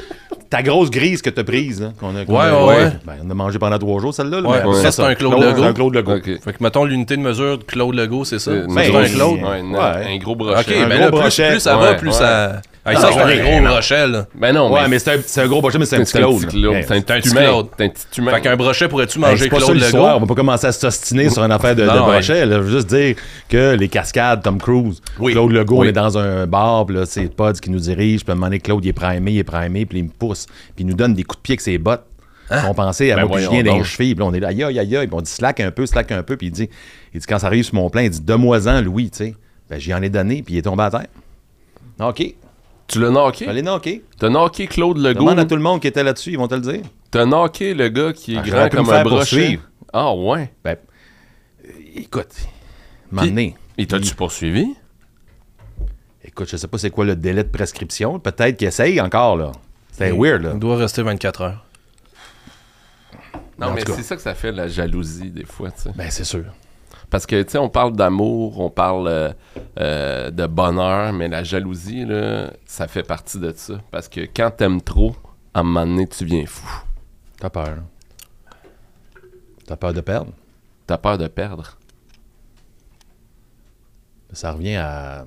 Speaker 4: ta grosse grise que t'as prise, là. qu'on a, qu'on
Speaker 2: Ouais,
Speaker 4: a-
Speaker 2: ouais, ouais.
Speaker 4: Ben, on a mangé pendant trois jours, celle-là. là,
Speaker 2: Ouais,
Speaker 4: mais à peu
Speaker 2: ça,
Speaker 4: près
Speaker 2: c'est un Claude
Speaker 4: C'est un
Speaker 2: Legault.
Speaker 4: Claude Legault.
Speaker 1: OK.
Speaker 2: Fait que mettons l'unité de mesure de Claude Legault, c'est ça?
Speaker 1: Euh,
Speaker 2: C'est
Speaker 4: ben,
Speaker 2: un
Speaker 4: oui.
Speaker 2: Claude?
Speaker 1: Ouais, une-
Speaker 4: Ouais.
Speaker 1: Un gros
Speaker 2: Ok,
Speaker 1: brochet.
Speaker 2: mais
Speaker 4: un
Speaker 2: ben
Speaker 4: gros
Speaker 2: là, plus,
Speaker 4: brochet.
Speaker 2: plus ça va,
Speaker 1: Ouais,
Speaker 2: plus
Speaker 1: ouais.
Speaker 2: ça. Hey, ça,
Speaker 4: Ah,
Speaker 2: c'est un
Speaker 4: ouais.
Speaker 2: gros brochet, là.
Speaker 1: Ben non,
Speaker 4: Ouais,
Speaker 1: mais...
Speaker 4: mais c'est un, c'est un gros brochet, mais c'est un petit
Speaker 1: un
Speaker 4: Claude.
Speaker 1: petit Claude.
Speaker 4: là.
Speaker 1: C'est un
Speaker 2: C'est un
Speaker 1: petit
Speaker 2: petit
Speaker 1: humain.
Speaker 2: Claude.
Speaker 1: C'est un petit humain.
Speaker 2: Fait qu'un brochet, pourrais-tu
Speaker 4: Ben,
Speaker 2: manger
Speaker 4: c'est pas ça
Speaker 2: Claude
Speaker 4: l'histoire, on
Speaker 2: Legault?
Speaker 4: va pas commencer à s'ostiner sur une affaire de, de
Speaker 2: Non, ouais.
Speaker 4: brochet. là. Je veux juste dire que les cascades, Tom Cruise, Claude Legault,
Speaker 1: Oui.
Speaker 4: on est dans un bar, puis là, c'est Pods qui nous dirige, puis à un moment donné, Claude, il est primé, il est primé, puis il me pousse, puis il nous donne des coups de pied avec ses bottes. Ils font penser à
Speaker 1: Ben
Speaker 4: moi puis
Speaker 1: voyons
Speaker 4: Julien dans les
Speaker 1: donc.
Speaker 4: chevilles. Puis là, on est là, aïe, aïe, aïe, aïe. Puis on dit slack un peu, slack un peu. Puis il dit, il dit quand ça arrive sur mon plan, il dit, donne-moi-en, Louis, tu sais. Ben, j'y en ai donné, puis il est tombé à terre. OK.
Speaker 1: Tu l'as knocké?
Speaker 4: Allez, non, OK.
Speaker 1: T'as knocké Claude Legault.
Speaker 4: Demande à tout le monde qui était là-dessus, ils vont te le dire.
Speaker 1: T'as knocké le gars qui est
Speaker 4: Ah,
Speaker 1: grand
Speaker 4: j'aurais pu
Speaker 1: comme
Speaker 4: me
Speaker 1: un
Speaker 4: faire
Speaker 1: brochet.
Speaker 4: poursuivre.
Speaker 1: Ah ouais.
Speaker 4: Ben, euh, écoute, m'emmener.
Speaker 1: Et t'as-tu poursuivi?
Speaker 4: Écoute, je sais pas c'est quoi le délai de prescription. Peut-être qu'il essaye encore, là. C'était Ben, weird, là.
Speaker 2: Il doit rester 24 heures.
Speaker 1: Non,
Speaker 4: En
Speaker 1: mais
Speaker 4: tout cas.
Speaker 1: c'est ça que ça fait la jalousie des fois, tu sais.
Speaker 4: Ben, c'est sûr.
Speaker 1: Parce que, tu sais, on parle d'amour, on parle euh, euh, de bonheur, mais la jalousie, là, ça fait partie de ça. Parce que quand t'aimes trop, à un moment donné, tu viens fou.
Speaker 4: T'as peur, là. T'as peur de perdre.
Speaker 1: T'as peur de perdre.
Speaker 4: Ça revient à.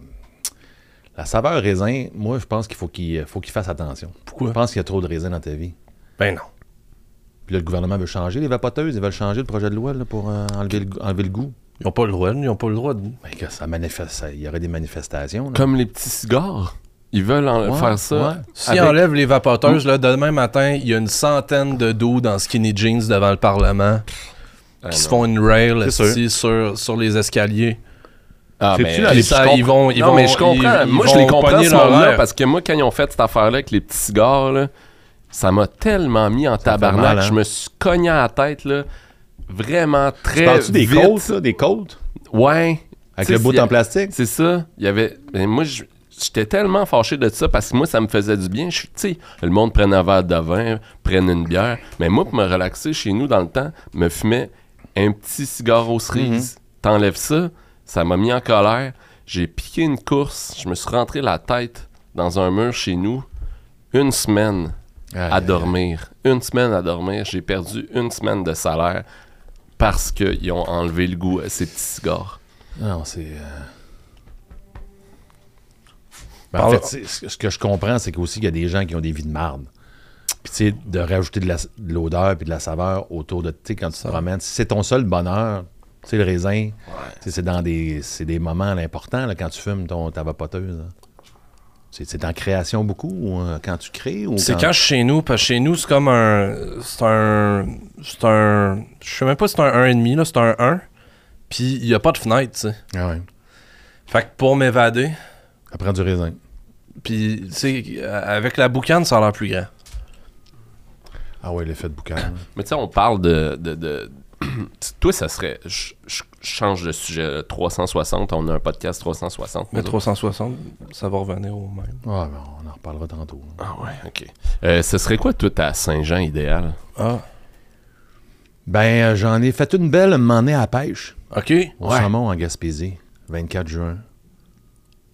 Speaker 4: La saveur raisin, moi, je pense qu'il faut qu'il faut qu'il fasse attention. Pourquoi? Je pense qu'il y a trop de raisin dans ta vie.
Speaker 2: Ben non.
Speaker 4: Puis là, le gouvernement veut changer les vapoteuses. Ils veulent changer le projet de loi là, pour euh, enlever, le, go- enlever le goût.
Speaker 2: Ils n'ont pas le droit, ils n'ont pas le droit de.
Speaker 4: Ben, que ça manifeste, ça- il y aurait des manifestations. là.
Speaker 1: Comme les petits cigares. Ils veulent en-
Speaker 4: Ouais,
Speaker 1: faire ça.
Speaker 4: ouais.
Speaker 2: Si
Speaker 1: avec-
Speaker 2: on enlève les vapoteuses,
Speaker 4: Hmm.
Speaker 2: là, demain matin, il y a une centaine de dos dans skinny jeans devant le Parlement
Speaker 1: Ah,
Speaker 2: qui se
Speaker 1: non.
Speaker 2: font une rail
Speaker 4: C'est sûr.
Speaker 2: esti, sur, sur les escaliers.
Speaker 1: Ah,
Speaker 4: C'est-tu dans
Speaker 1: euh,
Speaker 4: les
Speaker 1: ça,
Speaker 2: petits
Speaker 1: ils
Speaker 2: comptes?
Speaker 1: vont, ils
Speaker 2: Non,
Speaker 1: vont-
Speaker 2: mais je comprends.
Speaker 1: ils- Moi,
Speaker 2: ils
Speaker 1: je les
Speaker 2: vont
Speaker 1: comprends
Speaker 2: pogner
Speaker 1: ce moment-là
Speaker 2: l'horaire.
Speaker 1: parce que moi, quand ils ont fait cette affaire-là avec les petits cigares, là, ça m'a tellement mis en tabarnak.
Speaker 4: mal, hein?
Speaker 1: Je me suis cogné à la tête, là, vraiment très.
Speaker 4: Parles-tu des
Speaker 1: vite.
Speaker 4: côtes, ça? Des côtes?
Speaker 1: Ouais.
Speaker 4: Avec
Speaker 1: Tu
Speaker 4: le
Speaker 1: sais,
Speaker 4: bout
Speaker 1: s'il y
Speaker 4: en
Speaker 1: a-
Speaker 4: plastique?
Speaker 1: C'est ça. Il y avait. mais moi, je- J'étais tellement fâché de ça parce que moi, ça me faisait du bien. Je suis- Tu sais, le monde prenne un verre de vin, prenne une bière. Mais moi, pour me relaxer chez nous dans le temps, me fumais un petit cigare aux cerises. T'enlèves ça, ça m'a mis en colère. J'ai piqué une course. Je me suis rentré la tête dans un mur chez nous. Une semaine à dormir. Une semaine à dormir. J'ai perdu une semaine de salaire parce qu'ils ont enlevé le goût à ces petits cigares.
Speaker 4: Non, c'est. euh, ben, en
Speaker 2: Parle-
Speaker 4: fait, c'est- ce que- ce que je comprends, c'est qu'aussi, il y a des gens qui ont des vies de marde. Puis, tu sais, de rajouter de la- de l'odeur puis de la saveur autour de. Tu sais, quand tu te promènes, si c'est ton seul bonheur, tu sais, le raisin, tu sais, c'est dans des, c'est des moments là, importants là, quand tu fumes ton, ta vapoteuse. là. C'est c'est en création beaucoup, ou, euh, quand tu crées ou
Speaker 2: C'est quand je suis chez nous, parce que chez nous, c'est comme un. C'est un. C'est un. Je sais même pas si c'est un 1,5, là, c'est un 1. Puis il n'y a pas de fenêtre, tu sais.
Speaker 4: Ah ouais.
Speaker 2: Fait que pour m'évader,
Speaker 4: Après du raisin.
Speaker 2: puis, tu sais, euh, avec la boucane, ça a l'air plus grand.
Speaker 4: Ah ouais, l'effet de
Speaker 2: [COUGHS]
Speaker 4: boucan. là.
Speaker 1: Mais tu sais, on parle de. de, de- [CLEARS THROAT] Toi, ça serait. Je je- je change de sujet. là. 360, on a un podcast 360.
Speaker 2: Mais
Speaker 1: nous
Speaker 2: 360, ça va revenir au même.
Speaker 4: Ah, ben, on en reparlera tantôt.
Speaker 1: autres. Ah ouais, ok. Euh, ce serait quoi, toi, ta Saint-Jean idéal
Speaker 2: Ah,
Speaker 4: Ben, euh, j'en ai fait une belle, un moment donné, à la pêche.
Speaker 2: ok.
Speaker 4: au Saumon en Gaspésie, 24 juin.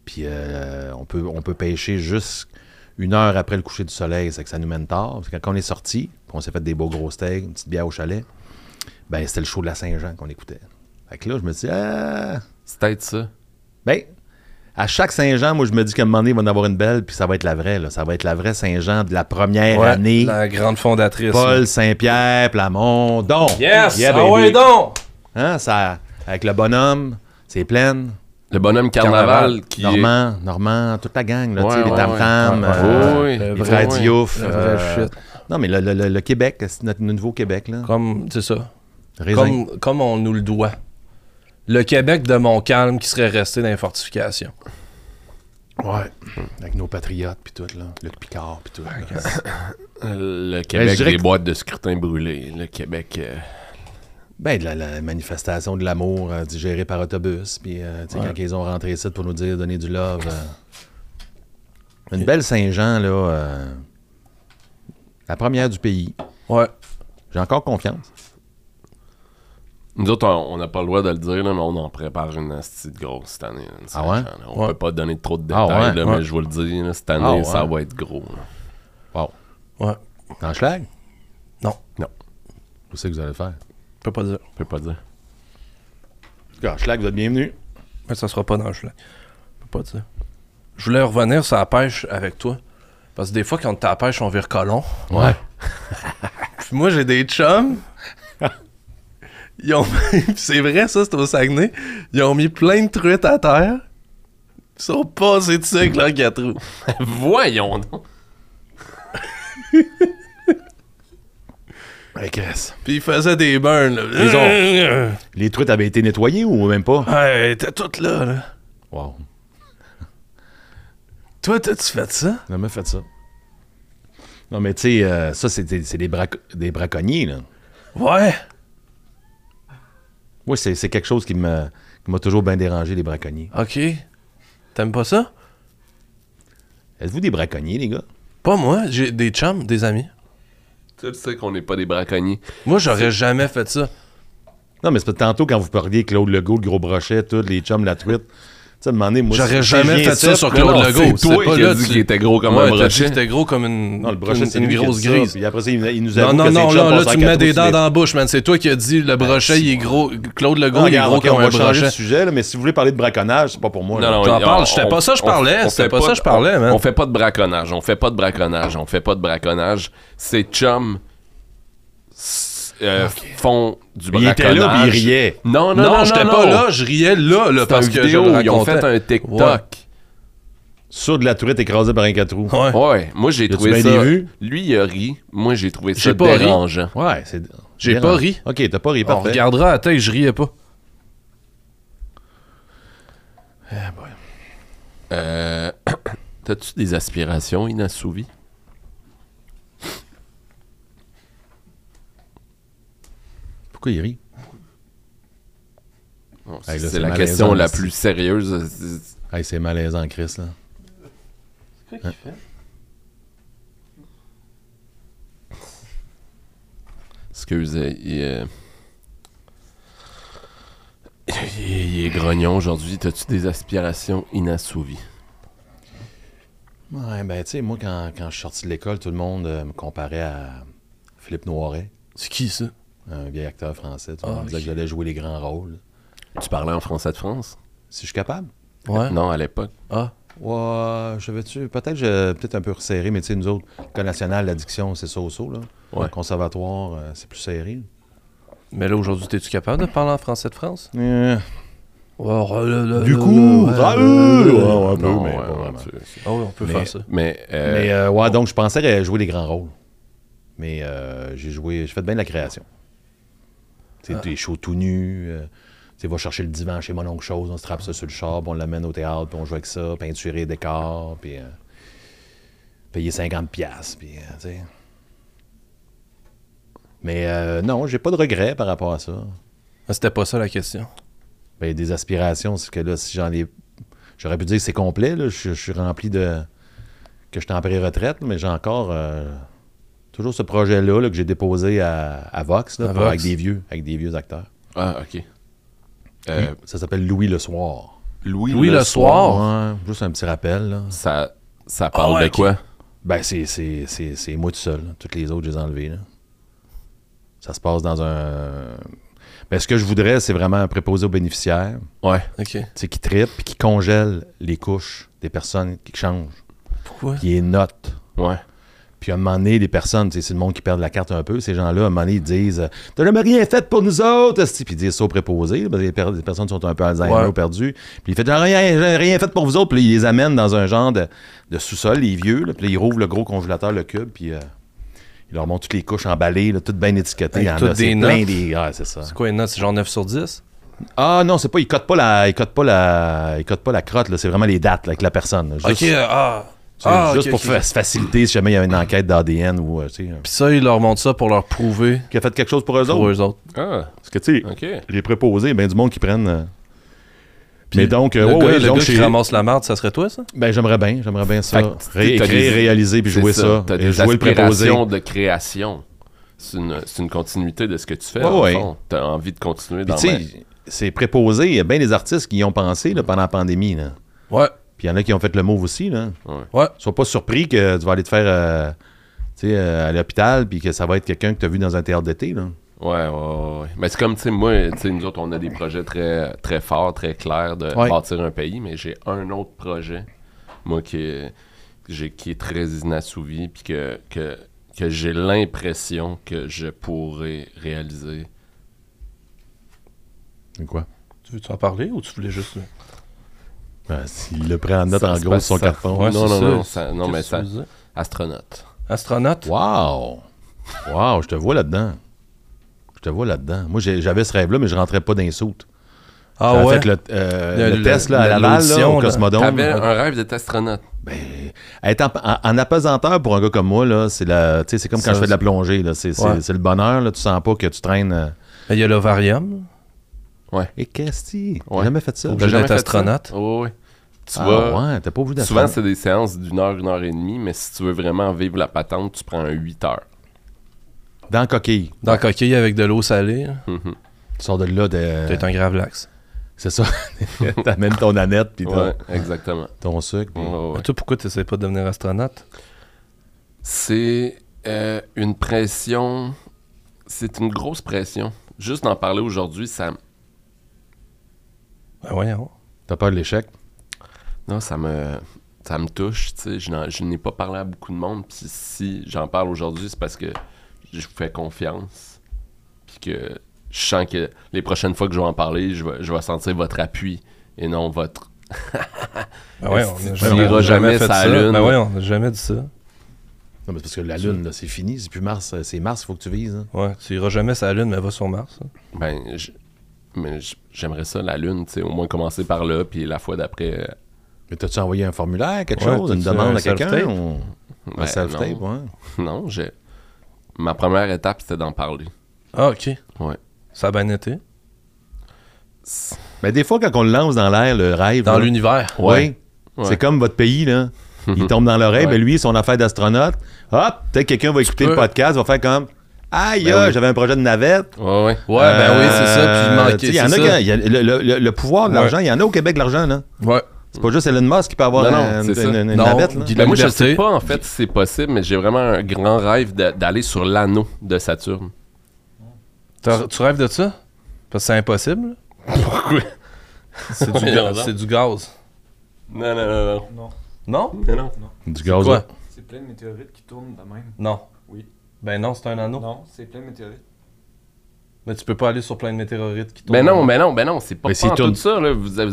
Speaker 4: Puis euh, on, peut, on peut pêcher juste une heure après le coucher du soleil, c'est que ça nous mène tard. Parce que quand on est sorti, puis on s'est fait des beaux gros steaks, une petite bière au chalet, ben c'était le show de la Saint-Jean qu'on écoutait. Fait que là, je me suis dit, ah,
Speaker 1: C'est peut-être ça.
Speaker 4: ben, à chaque Saint-Jean, moi, je me dis qu'à un moment donné, il va y en avoir une belle, puis ça va être la vraie, là. Ça va être la vraie Saint-Jean de la première
Speaker 2: Ouais,
Speaker 4: année.
Speaker 2: La grande fondatrice. là.
Speaker 4: Paul, Saint-Pierre, Plamondon. donc
Speaker 2: Yes! ah ouais, donc!
Speaker 4: Hein, ça, avec le bonhomme, c'est plein.
Speaker 1: Le bonhomme carnaval, qui. est...
Speaker 4: Normand, Normand, toute la gang, là, tu sais,
Speaker 1: Ouais,
Speaker 4: les
Speaker 1: ouais, Ah,
Speaker 4: Tam-Tam,
Speaker 1: ouais.
Speaker 4: euh,
Speaker 1: Oui, oui.
Speaker 4: les
Speaker 1: Le
Speaker 4: frères
Speaker 1: vrai,
Speaker 4: Diouf.
Speaker 2: le
Speaker 4: euh,
Speaker 2: vrai shit.
Speaker 4: Non, mais le, le- le- le Québec, c'est notre nouveau Québec, là.
Speaker 2: Comme, c'est ça.
Speaker 4: Raisin.
Speaker 2: Comme, comme on nous le doit. Le Québec de Montcalm qui serait resté dans les fortifications.
Speaker 4: Ouais, Hmm. avec nos patriotes, puis tout, là. Luc Picard, puis tout. là.
Speaker 1: Euh, Le
Speaker 4: Ben, je
Speaker 1: Québec
Speaker 4: dirais
Speaker 1: des
Speaker 4: que-
Speaker 1: boîtes de scrutin brûlées. Le Québec. euh,
Speaker 4: Ben, de la, la manifestation de l'amour euh, digérée par autobus, puis euh, tu sais, quand ils ont rentré ici pour nous dire donner du love. euh, Une belle Saint-Jean, là. euh, La première du pays.
Speaker 2: Ouais.
Speaker 4: J'ai encore confiance.
Speaker 1: Nous autres, on on n'a pas le droit de le dire, là, mais on en prépare une asti de grosse cette année. là, une Saint-Jean,
Speaker 4: Ah ouais?
Speaker 1: là. On
Speaker 2: Ouais.
Speaker 1: peut pas donner trop de
Speaker 4: Ah
Speaker 1: détails,
Speaker 4: ouais,
Speaker 1: là,
Speaker 2: ouais.
Speaker 1: mais je vous le dis, là, cette année,
Speaker 4: Ah ouais.
Speaker 1: ça va être gros. là.
Speaker 4: Wow.
Speaker 2: Ouais.
Speaker 4: En schlag?
Speaker 2: Non,
Speaker 4: Où c'est que vous allez le faire?
Speaker 2: je peux pas dire.
Speaker 1: On peut pas dire.
Speaker 4: En schlag, vous êtes bienvenue.
Speaker 2: Mais ça sera pas dans le gelé. Je peux pas dire. Je voulais revenir sur la pêche avec toi. Parce que des fois, quand t'es à la pêche, on vire colon. [LAUGHS]
Speaker 4: Ouais.
Speaker 2: Puis moi, j'ai des chums. Ils ont [LAUGHS] Puis c'est vrai, ça, c'est au Saguenay. Ils ont mis plein de truites à terre. Ils sont passés de ça avec leur quatre roues.
Speaker 1: Voyons donc.
Speaker 4: Ah, Chris.
Speaker 2: Puis il faisait des burns. Là.
Speaker 4: Les [LAUGHS] Les truites avaient été nettoyées ou même pas?
Speaker 2: Ouais, elle était toute là, là.
Speaker 4: Wow.
Speaker 2: Toi, t'as-tu fait ça?
Speaker 4: On a fait ça. Non, mais tu sais, euh, ça, c'est des, c'est des braco- des braconniers, là.
Speaker 2: Ouais.
Speaker 4: Moi, c'est c'est quelque chose qui me- qui m'a toujours bien dérangé, les braconniers.
Speaker 2: Ok. T'aimes pas ça?
Speaker 4: Êtes-vous des braconniers, les gars?
Speaker 2: Pas moi, j'ai des chums, des amis.
Speaker 1: Tu le sais qu'on n'est pas des braconniers.
Speaker 2: Moi, j'aurais jamais fait ça.
Speaker 4: Non, mais c'est parce que tantôt, quand vous parliez Claude Legault, le gros brochet, tout, les chums, la truite, tu sais, à un moment donné, moi...
Speaker 2: J'aurais
Speaker 4: c'est-
Speaker 2: jamais
Speaker 4: j'ai rien
Speaker 2: fait ça sur Claude
Speaker 1: Non, non,
Speaker 2: Legault.
Speaker 1: c'est toi
Speaker 2: pas
Speaker 1: qui
Speaker 2: là,
Speaker 1: as dit
Speaker 2: tu-
Speaker 1: qu'il était gros comme
Speaker 2: Ouais,
Speaker 1: un
Speaker 2: t'as dit
Speaker 1: brochet.
Speaker 2: que C'était gros comme une,
Speaker 4: Non, le brochet,
Speaker 2: une-
Speaker 4: c'est lui
Speaker 2: une
Speaker 4: qui a
Speaker 2: grosse
Speaker 4: dit ça,
Speaker 2: grise.
Speaker 4: Puis après ça, il, il nous a
Speaker 2: Non, non, non, là, là, tu me mets des dents dans la bouche, man. C'est toi qui as dit le brochet, il est gros. Claude Legault, il est gros
Speaker 4: on
Speaker 2: comme
Speaker 4: va
Speaker 2: un
Speaker 4: changer
Speaker 2: brochet.
Speaker 4: de sujet, là, mais si vous voulez parler de braconnage, c'est pas pour moi. là.
Speaker 2: T'en
Speaker 1: on-
Speaker 2: parles, c'était
Speaker 1: on-
Speaker 2: pas ça que je
Speaker 1: on-
Speaker 2: parlais,
Speaker 1: on
Speaker 2: c'était
Speaker 1: fait
Speaker 2: pas ça que je parlais,
Speaker 1: on-
Speaker 2: man.
Speaker 1: On fait pas de braconnage, on fait pas de braconnage, on fait pas de braconnage. Ces chums s- euh, font du
Speaker 4: Il
Speaker 1: braconnage.
Speaker 4: était là, puis il riait.
Speaker 1: Non, non,
Speaker 2: Non,
Speaker 1: non,
Speaker 2: j'étais
Speaker 1: non,
Speaker 2: pas
Speaker 1: non.
Speaker 2: là, je riais là, là
Speaker 1: C'est parce
Speaker 2: parce
Speaker 1: une
Speaker 2: que
Speaker 1: vidéo,
Speaker 2: je le
Speaker 1: ils ont fait
Speaker 2: racontais.
Speaker 1: un TikTok.
Speaker 4: Sur de la truite écrasée par un quatre roues.
Speaker 2: Ouais.
Speaker 1: Ouais, moi j'ai
Speaker 4: Y a-tu
Speaker 1: trouvé
Speaker 4: bien
Speaker 1: ça.
Speaker 4: des vues?
Speaker 1: Lui il a ri, moi j'ai trouvé ça
Speaker 2: J'ai pas ri.
Speaker 1: dérangeant.
Speaker 4: Ouais, c'est...
Speaker 2: J'ai pas ri.
Speaker 4: OK, t'as pas ri,
Speaker 2: On
Speaker 4: parfait.
Speaker 2: regardera à tête, je riais pas.
Speaker 1: Euh, T'as-tu des aspirations inassouvies?
Speaker 4: Pourquoi il rit?
Speaker 1: Bon, c'est
Speaker 4: Hey, là, c'est
Speaker 1: la
Speaker 4: malaisant,
Speaker 1: question la
Speaker 4: c'est-
Speaker 1: plus sérieuse. C'est-
Speaker 4: Hey, c'est malaisant, Chris, là.
Speaker 1: Excusez, il, euh, il est- il est grognon aujourd'hui. T'as-tu des aspirations inassouvies?
Speaker 4: Ouais, ben, tu sais, moi, quand, quand je suis sorti de l'école, tout le monde euh, me comparait à Philippe Noiret,
Speaker 2: C'est qui ça?
Speaker 4: un vieil acteur français. Tout le
Speaker 2: Ah,
Speaker 4: monde disait
Speaker 2: ok.
Speaker 4: que j'allais jouer les grands rôles.
Speaker 1: Tu parlais en français de France?
Speaker 4: Si je suis capable. Hein?
Speaker 2: Ouais.
Speaker 1: Non, à l'époque.
Speaker 2: Ah.
Speaker 4: Ouais, je vais-tu. Peut-être je peut-être un peu resserré, mais tu sais, nous autres, le national, l'addiction, c'est ça au saut, là.
Speaker 1: Ouais.
Speaker 4: Le conservatoire, euh, c'est plus serré.
Speaker 2: Mais là, aujourd'hui, t'es-tu capable de parler en français de France?
Speaker 4: Euh,
Speaker 2: Du
Speaker 4: du coup, ah, euh, ouais, un peu,
Speaker 1: Non,
Speaker 4: mais
Speaker 1: ouais,
Speaker 4: pas
Speaker 1: ouais,
Speaker 4: vraiment.
Speaker 1: tu-
Speaker 2: Ah oui, on peut
Speaker 4: Mais-
Speaker 2: faire ça.
Speaker 1: Mais, euh,
Speaker 4: Mais euh, ouais, donc je pensais euh, jouer les grands rôles. Mais euh, j'ai joué, j'ai fait bien de la création. Tu sais, des shows tout nus. euh, tu sais, va chercher le divan chez mon oncle chose, on se trappe ça sur le char, puis on l'amène au théâtre, puis on joue avec ça, peinturer décor, puis euh, payer 50 pièces, puis euh, tu sais. Mais euh, non, j'ai pas de regrets par rapport à ça.
Speaker 2: Mais C'était pas ça la question.
Speaker 4: Ben, des aspirations, c'est que là, si j'en ai. J'aurais pu dire que c'est complet, là. Je, je suis rempli de. que je suis en pré-retraite, mais j'ai encore. euh, toujours ce projet-là là, que j'ai déposé à, à Vox,
Speaker 2: À
Speaker 4: là, pour-
Speaker 2: Vox.
Speaker 4: avec des vieux, avec des vieux acteurs.
Speaker 1: Ah, ok. Euh,
Speaker 4: Ça s'appelle Louis le Soir.
Speaker 1: Louis,
Speaker 2: Louis Le Soir.
Speaker 4: Ouais, juste un petit rappel, là.
Speaker 1: Ça, ça parle
Speaker 2: Ah ouais,
Speaker 1: de quoi?
Speaker 4: Ben, c'est, c'est, c'est, c'est moi tout seul. là. Toutes les autres, je les ai enlevés, là. Ça se passe dans un. Ben, ce que je voudrais, c'est vraiment un préposé aux bénéficiaires.
Speaker 1: Ouais.
Speaker 2: Ok.
Speaker 4: tu sais, qui tripe puis qui congèle les couches des personnes qui changent,
Speaker 2: Pourquoi?
Speaker 4: qui les note.
Speaker 1: Ouais.
Speaker 4: Puis à un moment donné, les personnes, tu sais, c'est le monde qui perd la carte un peu, ces gens-là, à un moment donné, ils disent euh, T'as jamais rien fait pour nous autres esti. Puis ils disent ça au préposé, là, parce que les, per- les personnes sont un peu Alzheimer
Speaker 2: Ouais.
Speaker 4: ou perdues. Puis ils font J'en ai rien, j'ai rien fait pour vous autres. Puis là, ils les amènent dans un genre de, de sous-sol, les vieux. là. Puis là, ils rouvrent le gros congélateur, le cube, puis euh, ils leur montrent toutes les couches emballées, là, toutes bien
Speaker 2: Avec
Speaker 4: étiquetées. Il y en a,
Speaker 2: toutes
Speaker 4: c'est
Speaker 2: des
Speaker 4: plein
Speaker 2: notes.
Speaker 4: des. Ah, c'est ça.
Speaker 2: C'est quoi une note? C'est genre 9 sur 10?
Speaker 4: Ah non, c'est pas, il cote pas la, il cote pas la, il cote pas la crotte là, c'est vraiment les dates là, avec la personne. là. Juste,
Speaker 2: Ok, euh, ah.
Speaker 4: c'est
Speaker 2: Ah,
Speaker 4: juste
Speaker 2: ok,
Speaker 4: pour
Speaker 2: ok.
Speaker 4: fa- se faciliter si jamais il y a une enquête d'ADN ou euh, tu sais, euh,
Speaker 2: Puis ça, ils leur montrent ça pour leur prouver
Speaker 4: qui a fait quelque chose pour eux
Speaker 2: pour eux
Speaker 4: autres.
Speaker 2: autres.
Speaker 1: Ah,
Speaker 4: Parce que tu sais,
Speaker 1: ok.
Speaker 4: les préposés, ben du monde qui prennent. euh, mais donc, euh,
Speaker 2: le
Speaker 4: ouais,
Speaker 2: gars,
Speaker 4: ouais,
Speaker 2: le
Speaker 4: donc,
Speaker 2: gars qui
Speaker 4: j'ai-
Speaker 2: ramasse la merde, ça serait toi, ça?
Speaker 4: ben j'aimerais bien, j'aimerais bien ça.
Speaker 1: Fait que tu-
Speaker 4: Ré-
Speaker 1: t'as
Speaker 4: écrire,
Speaker 1: des-
Speaker 4: réaliser puis
Speaker 1: C'est
Speaker 4: jouer ça,
Speaker 1: T'as
Speaker 4: et
Speaker 1: des
Speaker 4: jouer le préposé.
Speaker 1: aspirations de création. C'est une, c'est une continuité de ce que tu fais.
Speaker 4: Ouais,
Speaker 1: dans le
Speaker 4: ouais.
Speaker 1: fond. T'as envie de continuer
Speaker 4: Puis
Speaker 1: dans
Speaker 4: tu
Speaker 1: la-
Speaker 4: sais, c'est préposé. Il y a bien des artistes qui y ont pensé là, pendant la pandémie là.
Speaker 2: Ouais.
Speaker 4: Puis il y en a qui ont fait le move aussi là.
Speaker 2: Ouais.
Speaker 4: Sois pas surpris que tu vas aller te faire euh, tu sais, euh, à l'hôpital puis que ça va être quelqu'un que tu as vu dans un théâtre d'été. Là.
Speaker 1: Ouais, ouais, ouais. ouais. Mais c'est comme, tu sais, moi, tu sais, nous autres, on a des projets très, très forts, très clairs de
Speaker 4: Ouais.
Speaker 1: bâtir un pays, mais j'ai un autre projet, moi, qui est, que j'ai- qui est très inassouvi, puis que, que, que j'ai l'impression que je pourrais réaliser.
Speaker 4: quoi?
Speaker 2: Tu veux-tu en parler ou tu voulais juste. euh,
Speaker 4: il Ben, le prend en note en
Speaker 1: Ça se
Speaker 4: gros
Speaker 1: passe,
Speaker 4: sur son
Speaker 1: ça-
Speaker 4: carton.
Speaker 1: Ouais. non,
Speaker 2: c'est
Speaker 1: non,
Speaker 2: ça.
Speaker 1: non, ça- non,
Speaker 2: Qu'est-ce
Speaker 1: mais
Speaker 2: que
Speaker 1: ça-
Speaker 2: tu veux dire?
Speaker 1: Astronaute.
Speaker 2: Astronaute?
Speaker 4: Wow! Wow, je te vois là-dedans. Je te vois là-dedans. Moi, j'ai- j'avais ce rêve-là, mais je rentrais pas dans les soutes.
Speaker 2: Ah
Speaker 4: J'avais
Speaker 2: ouais?
Speaker 4: fait le, euh,
Speaker 2: Le-
Speaker 4: le
Speaker 2: le-
Speaker 4: test là, à
Speaker 2: la-
Speaker 4: Laval, là,
Speaker 2: l'audition,
Speaker 4: au
Speaker 2: là.
Speaker 4: Cosmodome.
Speaker 1: T'avais un rêve d'être astronaute.
Speaker 4: Être en, en- en apesanteur pour un gars comme moi, là, c'est la. tu sais, c'est comme quand
Speaker 2: Ça,
Speaker 4: je fais de la plongée. là. C'est c'est-
Speaker 2: Ouais.
Speaker 4: c'est le bonheur, là. Tu sens pas que tu traînes. euh,
Speaker 2: Mais il y a l'ovarium.
Speaker 4: Et qu'est-ce que J'ai
Speaker 1: Ouais.
Speaker 4: jamais fait ça.
Speaker 2: Obligé
Speaker 1: jamais
Speaker 2: d'être
Speaker 1: fait ça?
Speaker 2: astronaute?
Speaker 1: Oui, oui. Tu
Speaker 4: Ah
Speaker 1: vas-
Speaker 4: ouais, t'as pas obligé
Speaker 1: Souvent,
Speaker 4: d'astronaute.
Speaker 1: c'est des séances d'une heure, une heure et demie, mais si tu veux vraiment vivre la patente, tu prends un 8 heures.
Speaker 4: Dans la coquille.
Speaker 2: Dans la coquille avec de l'eau salée,
Speaker 1: Mhm.
Speaker 4: Tu sors de là de.
Speaker 2: t'es un grave lax.
Speaker 4: C'est ça. [LAUGHS] T'amènes ton aneth puis ton,
Speaker 1: Ouais, exactement.
Speaker 4: ton sucre. puis-
Speaker 1: Ouais, ouais, ouais.
Speaker 2: Mais Toi, pourquoi t'essayes pas de devenir astronaute?
Speaker 1: C'est euh, une pression. C'est une grosse pression. Juste d'en parler aujourd'hui, ça.
Speaker 2: Ben voyons.
Speaker 4: T'as peur de l'échec.
Speaker 1: Non, ça me. Ça me touche, tu sais. Je n'en- je n'ai pas parlé à beaucoup de monde. Puis si j'en parle aujourd'hui, c'est parce que je vous fais confiance. Puis que je sens que les prochaines fois que je vais en parler, je vais, je vais sentir votre appui et non votre.
Speaker 2: Ben ouais,
Speaker 1: Est-ce
Speaker 2: on
Speaker 1: que
Speaker 2: a
Speaker 1: tu n'iras jamais
Speaker 2: fait
Speaker 1: sur la
Speaker 2: ça.
Speaker 1: Lune?
Speaker 2: Ben ouais, on a jamais dit ça.
Speaker 4: Non, mais c'est parce que la Lune, là, c'est fini. C'est plus Mars. euh, C'est Mars, il faut que tu vises. hein.
Speaker 2: Ouais, tu iras jamais sur la Lune, mais va sur Mars. hein.
Speaker 1: Ben, je- mais je- j'aimerais ça, la Lune, tu sais. Au moins commencer par là, puis la fois d'après. euh, [LAUGHS]
Speaker 4: Mais t'as-tu envoyé un formulaire, quelque
Speaker 2: Ouais,
Speaker 4: chose, une
Speaker 2: t'as-tu un
Speaker 4: demande à quelqu'un
Speaker 2: self-tape?
Speaker 4: ou... Un
Speaker 1: ben,
Speaker 4: self-tape,
Speaker 1: non.
Speaker 4: ouais.
Speaker 1: Non, j'ai. Ma première étape, c'était d'en parler.
Speaker 2: Ah, ok.
Speaker 1: Ouais.
Speaker 2: Ça a bien été.
Speaker 4: Mais des fois, quand on le lance dans l'air, le rêve.
Speaker 2: Dans
Speaker 4: là,
Speaker 2: l'univers.
Speaker 4: Ouais.
Speaker 1: Ouais.
Speaker 4: C'est comme votre pays, là. Il tombe dans l'oreille,
Speaker 1: Ouais.
Speaker 4: mais lui, son affaire d'astronaute. Hop, peut-être quelqu'un va écouter
Speaker 2: peux.
Speaker 4: le podcast, va faire comme. Aïe,
Speaker 1: Ben
Speaker 4: ah,
Speaker 1: oui.
Speaker 4: j'avais un projet de navette.
Speaker 1: Ouais, ouais.
Speaker 2: Ouais, ben oui, c'est ça. Puis il
Speaker 4: Euh,
Speaker 2: manquait.
Speaker 4: tu sais, Il y en
Speaker 2: c'est
Speaker 4: a
Speaker 2: ça.
Speaker 4: qui- il y a le, le- le- le pouvoir de
Speaker 2: Ouais.
Speaker 4: l'argent, il y en a au Québec, l'argent, là.
Speaker 2: Ouais.
Speaker 4: C'est pas juste Elon Musk qui peut avoir
Speaker 1: Non, non,
Speaker 4: un-
Speaker 1: c'est ça.
Speaker 4: une, une- une
Speaker 2: Non,
Speaker 4: navette, là.
Speaker 2: dis-
Speaker 1: Ben moi, je
Speaker 2: liberté.
Speaker 1: sais pas en fait si c'est possible, mais j'ai vraiment un grand rêve de- d'aller sur l'anneau de Saturne.
Speaker 2: T'as- Tu rêves de ça? Parce que c'est impossible.
Speaker 1: Pourquoi?
Speaker 2: C'est
Speaker 6: [LAUGHS]
Speaker 2: du,
Speaker 1: Voyons
Speaker 2: gaz,
Speaker 1: donc.
Speaker 2: c'est du gaz.
Speaker 1: Non, non, non,
Speaker 2: Non?
Speaker 1: non. non.
Speaker 4: Du gaz,
Speaker 2: Quoi?
Speaker 4: là.
Speaker 6: C'est plein de météorites qui tournent de même.
Speaker 2: Non.
Speaker 6: Oui.
Speaker 2: Ben non, c'est un anneau.
Speaker 6: Non, c'est plein de météorites.
Speaker 2: Mais tu peux pas aller sur plein de météorites qui tombent.
Speaker 1: Ben non, ben non, ben non, c'est pas,
Speaker 4: Mais
Speaker 1: pas
Speaker 4: s'il
Speaker 1: en
Speaker 4: tourne-
Speaker 1: tout ça. Là. Vous, avez,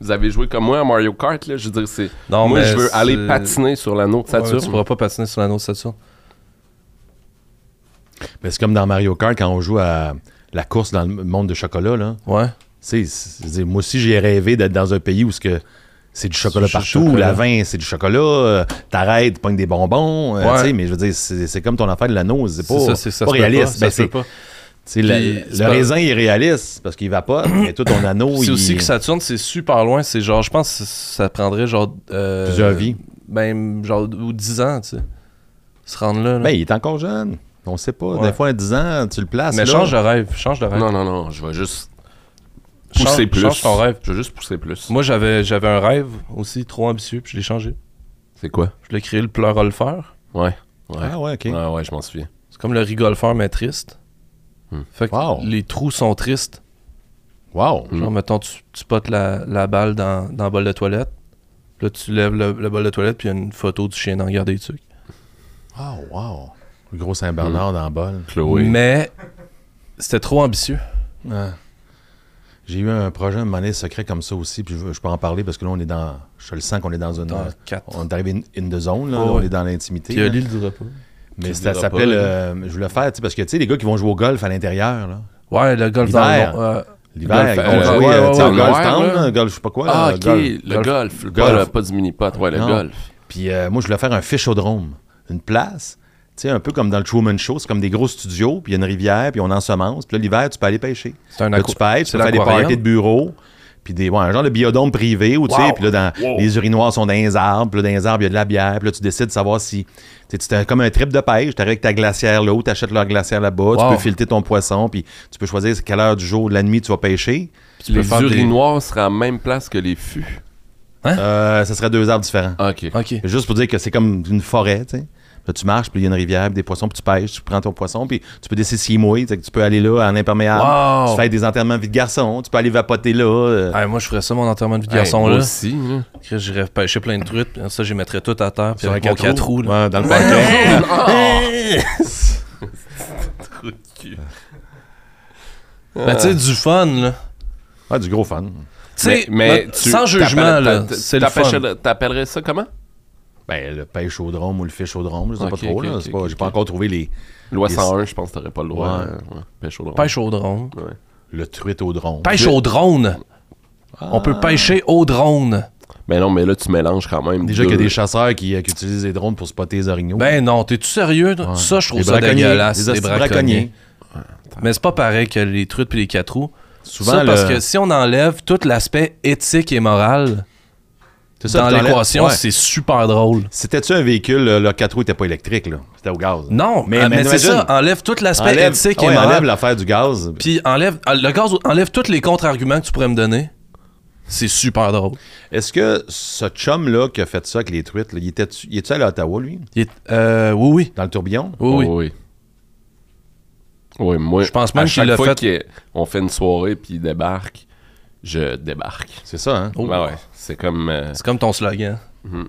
Speaker 1: vous avez joué comme moi à Mario Kart, là. Je veux dire, c'est.
Speaker 2: Non,
Speaker 1: moi,
Speaker 2: mais
Speaker 1: je veux
Speaker 2: c'est-
Speaker 1: aller patiner sur l'anneau de
Speaker 2: Ouais, mais tu
Speaker 1: Saturne.
Speaker 2: pourras pas patiner sur l'anneau de Saturne.
Speaker 4: Mais c'est comme dans Mario Kart quand on joue à la course dans le monde de chocolat, là.
Speaker 2: Ouais.
Speaker 4: Tu sais, c'est- je veux dire, moi aussi, j'ai rêvé d'être dans un pays où ce que c'est du chocolat
Speaker 2: C'est du
Speaker 4: partout,
Speaker 2: chocolat.
Speaker 4: la vin, c'est du chocolat, euh, t'arrêtes, tu pognes des bonbons, euh,
Speaker 2: Ouais.
Speaker 4: tu sais, mais je veux dire, c'est c'est comme ton affaire de l'anneau, c'est pas,
Speaker 2: c'est ça, c'est ça.
Speaker 4: pas
Speaker 2: se peut
Speaker 4: réaliste.
Speaker 2: ça
Speaker 4: Ben,
Speaker 2: se peut
Speaker 4: c'est-
Speaker 2: pas.
Speaker 4: tu sais, le-
Speaker 2: Puis,
Speaker 4: le
Speaker 2: c'est pas-
Speaker 4: raisin, il est réaliste parce qu'il va pas, mais tout ton anneau,
Speaker 2: C'est
Speaker 4: il...
Speaker 2: aussi que Saturne, c'est super loin. C'est genre, je pense que ça prendrait genre. euh,
Speaker 4: Plusieurs vies.
Speaker 2: Ben, genre, ou 10 ans, tu sais. Se rendre là. là.
Speaker 4: Ben, il est encore jeune, on sait pas.
Speaker 2: Ouais.
Speaker 4: Des fois, à 10 ans, tu le places,
Speaker 2: mais
Speaker 4: là.
Speaker 2: change hein. de rêve. Change de rêve.
Speaker 1: Non, non, non, je vais juste
Speaker 2: Change-
Speaker 1: pousser plus.
Speaker 2: Change ton rêve.
Speaker 1: Je vais juste pousser plus.
Speaker 2: Moi, j'avais, j'avais un rêve aussi trop ambitieux, puis je l'ai changé.
Speaker 1: C'est quoi?
Speaker 2: Je l'ai créé le pleurolfeur.
Speaker 1: Ouais. Ouais.
Speaker 4: Ah ouais, OK.
Speaker 1: Ouais, ouais, je m'en souviens.
Speaker 2: C'est comme le rigolfeur, mais triste.
Speaker 1: Hmm.
Speaker 2: Fait que
Speaker 4: Wow.
Speaker 2: les trous sont tristes.
Speaker 4: Wow!
Speaker 1: Hmm.
Speaker 2: Genre, mettons, tu, tu potes la, la balle dans, dans le bol de toilette. Puis Là, tu lèves le, le bol de toilette, puis il y a une photo du chien dans le garde des tucs.
Speaker 4: Wow, Ah, wow! Le gros Saint-Bernard dans le bol.
Speaker 1: Chloé.
Speaker 2: Mais c'était trop ambitieux.
Speaker 4: Ouais. J'ai eu un projet, un monnaie secret comme ça aussi, puis je, je peux en parler parce que là, on est dans. Je le sens qu'on est dans une.
Speaker 2: Dans
Speaker 4: euh,
Speaker 2: quatre.
Speaker 4: on est arrivé in, in the zone, là,
Speaker 2: Ouais,
Speaker 4: on
Speaker 2: ouais.
Speaker 4: est dans l'intimité.
Speaker 2: Puis euh,
Speaker 4: là.
Speaker 2: Oli le dira pas.
Speaker 4: Mais
Speaker 1: Tu
Speaker 4: ça
Speaker 1: le diras pas,
Speaker 4: s'appelle.
Speaker 1: là.
Speaker 4: euh, je voulais le faire, tu sais, parce que tu sais, les gars qui vont jouer au golf à l'intérieur, là.
Speaker 2: Ouais, le golf dans le
Speaker 4: L'hiver.
Speaker 2: monde. euh,
Speaker 4: L'hiver,
Speaker 2: Golf,
Speaker 4: ils vont
Speaker 1: euh,
Speaker 4: jouer
Speaker 1: ouais,
Speaker 4: euh,
Speaker 1: ouais,
Speaker 4: tu sais, au
Speaker 1: ouais,
Speaker 4: golf
Speaker 1: ouais,
Speaker 4: town,
Speaker 1: ouais.
Speaker 4: là, golf, je sais pas quoi.
Speaker 1: Ah,
Speaker 4: là,
Speaker 1: ok,
Speaker 4: golf.
Speaker 1: le golf. Le
Speaker 4: Golf.
Speaker 1: golf, pas du mini-pot. Ouais, le
Speaker 4: Non.
Speaker 1: golf.
Speaker 4: Puis euh, moi, je voulais faire un fishodrome, une place. Tu sais, un peu comme dans le Truman Show, c'est comme des gros studios, puis il y a une rivière, puis on ensemence. Puis là, l'hiver, tu peux aller pêcher.
Speaker 2: C'est un
Speaker 4: Là,
Speaker 2: aqua-
Speaker 4: tu pêches,
Speaker 2: c'est
Speaker 4: tu peux faire des
Speaker 2: l'aquarium.
Speaker 4: parties de bureau, puis des, ouais, un genre de biodôme privé où, tu sais, puis là, dans, les urinoirs sont dans les arbres, puis là, dans les arbres, il y a de la bière, puis là, tu décides de savoir si. Tu sais, c'est comme un trip de pêche, tu avec ta glacière là-haut, tu achètes leur glacière là-bas,
Speaker 2: Wow.
Speaker 4: tu peux filter ton poisson, puis tu peux choisir quelle heure du jour ou de la nuit tu vas pêcher.
Speaker 2: tu peux
Speaker 1: Les
Speaker 2: faire des-
Speaker 1: urinoirs seraient à la même place que les fûts.
Speaker 4: Euh, ça serait deux arbres différents.
Speaker 1: Ah, ok.
Speaker 2: Ok.
Speaker 4: [LAUGHS] Juste pour dire que c'est comme une forêt, tu sais. Là, tu marches, puis il y a une rivière, puis des poissons, puis tu pêches, tu prends ton poisson, puis tu peux décider s'il mouille, tu sais, que tu peux aller là en imperméable,
Speaker 2: Wow.
Speaker 4: tu fais des enterrements de vie de garçon, tu peux aller vapoter là. euh,
Speaker 2: Ah, moi, je ferais ça, mon enterrement de vie de
Speaker 1: Hey,
Speaker 2: garçon,
Speaker 1: moi
Speaker 2: là.
Speaker 1: aussi, là.
Speaker 2: Chris, J'irais pêcher plein de truites, puis ça, j'y mettrais tout à terre, puis
Speaker 4: Sur un
Speaker 2: avec mon
Speaker 4: quatre
Speaker 2: quatre roues, là.
Speaker 4: Ouais, dans le parking.
Speaker 2: [LAUGHS] Ben, tu sais, du fun, là.
Speaker 4: Ah, du gros fun.
Speaker 2: Tu sais,
Speaker 1: mais, mais
Speaker 2: notre-
Speaker 1: tu-
Speaker 2: sans jugement,
Speaker 1: t'appelles-
Speaker 2: là,
Speaker 1: t'a-
Speaker 2: c'est le fun.
Speaker 1: t'appelles- T'appellerais ça comment?
Speaker 4: Ben, le pêche au drôme ou le fiche au drôme, je sais
Speaker 1: Ok,
Speaker 4: pas trop.
Speaker 1: ok,
Speaker 4: là.
Speaker 1: ok,
Speaker 4: C'est pas-
Speaker 1: ok,
Speaker 4: J'ai pas
Speaker 1: ok.
Speaker 4: encore trouvé les,
Speaker 1: Loi
Speaker 4: Les-
Speaker 1: 101, je pense que t'aurais pas le droit.
Speaker 4: Ouais.
Speaker 1: euh, ouais. Pêche au drone.
Speaker 2: Pêche au drone.
Speaker 1: Ouais.
Speaker 4: le truite au drôme.
Speaker 2: Pêche au drone. On peut
Speaker 4: Ah.
Speaker 2: pêcher au drone.
Speaker 1: Mais non, mais là, tu mélanges quand même.
Speaker 4: Déjà qu'il y a
Speaker 1: deux-
Speaker 4: des chasseurs qui, euh, qui utilisent les drones pour spotter les orignaux.
Speaker 2: Ben non, t'es-tu sérieux? toi?
Speaker 4: Ouais.
Speaker 2: Ça, je trouve
Speaker 4: Les
Speaker 2: ça
Speaker 4: braconniers,
Speaker 2: dégueulasse.
Speaker 4: les
Speaker 2: Les
Speaker 4: hosties de
Speaker 2: braconniers.
Speaker 4: braconniers.
Speaker 2: Mais c'est pas pareil que les truites puis les quatre roues.
Speaker 4: Souvent,
Speaker 2: ça, parce
Speaker 4: le-
Speaker 2: que si on enlève tout l'aspect éthique et moral
Speaker 4: C'est ça,
Speaker 2: dans
Speaker 4: t'enlèves-
Speaker 2: l'équation,
Speaker 4: ouais.
Speaker 2: c'est super drôle.
Speaker 4: C'était-tu un véhicule, euh, le 4 roues était pas électrique, là? C'était au gaz.
Speaker 2: Non, euh, ah,
Speaker 4: Mais-
Speaker 2: mais,
Speaker 4: mais
Speaker 2: mais c'est
Speaker 4: imagine.
Speaker 2: ça, enlève tout l'aspect
Speaker 4: Enlève, Ah
Speaker 2: éthique et
Speaker 4: ouais,
Speaker 2: moral.
Speaker 4: enlève l'affaire du gaz.
Speaker 2: Puis enlève ah, le gaz, enlève tous les contre-arguments que tu pourrais me donner. C'est super drôle.
Speaker 4: Est-ce que ce chum-là qui a fait ça avec les truites, là, il était-tu il est-tu allé à Ottawa, lui?
Speaker 2: Il est- euh, oui, oui.
Speaker 4: Dans le tourbillon?
Speaker 1: Oh,
Speaker 2: Oui, oui.
Speaker 1: oui. Oui, moi,
Speaker 2: Je pense même
Speaker 1: à
Speaker 2: qu'il
Speaker 1: chaque
Speaker 2: l'a
Speaker 1: fois
Speaker 2: fait-
Speaker 1: qu'il- On fait une soirée, puis il débarque. Je débarque.
Speaker 4: C'est ça, hein?
Speaker 2: Oh.
Speaker 1: Ouais, ouais. C'est comme. euh,
Speaker 2: C'est comme ton slogan.
Speaker 1: Mhm.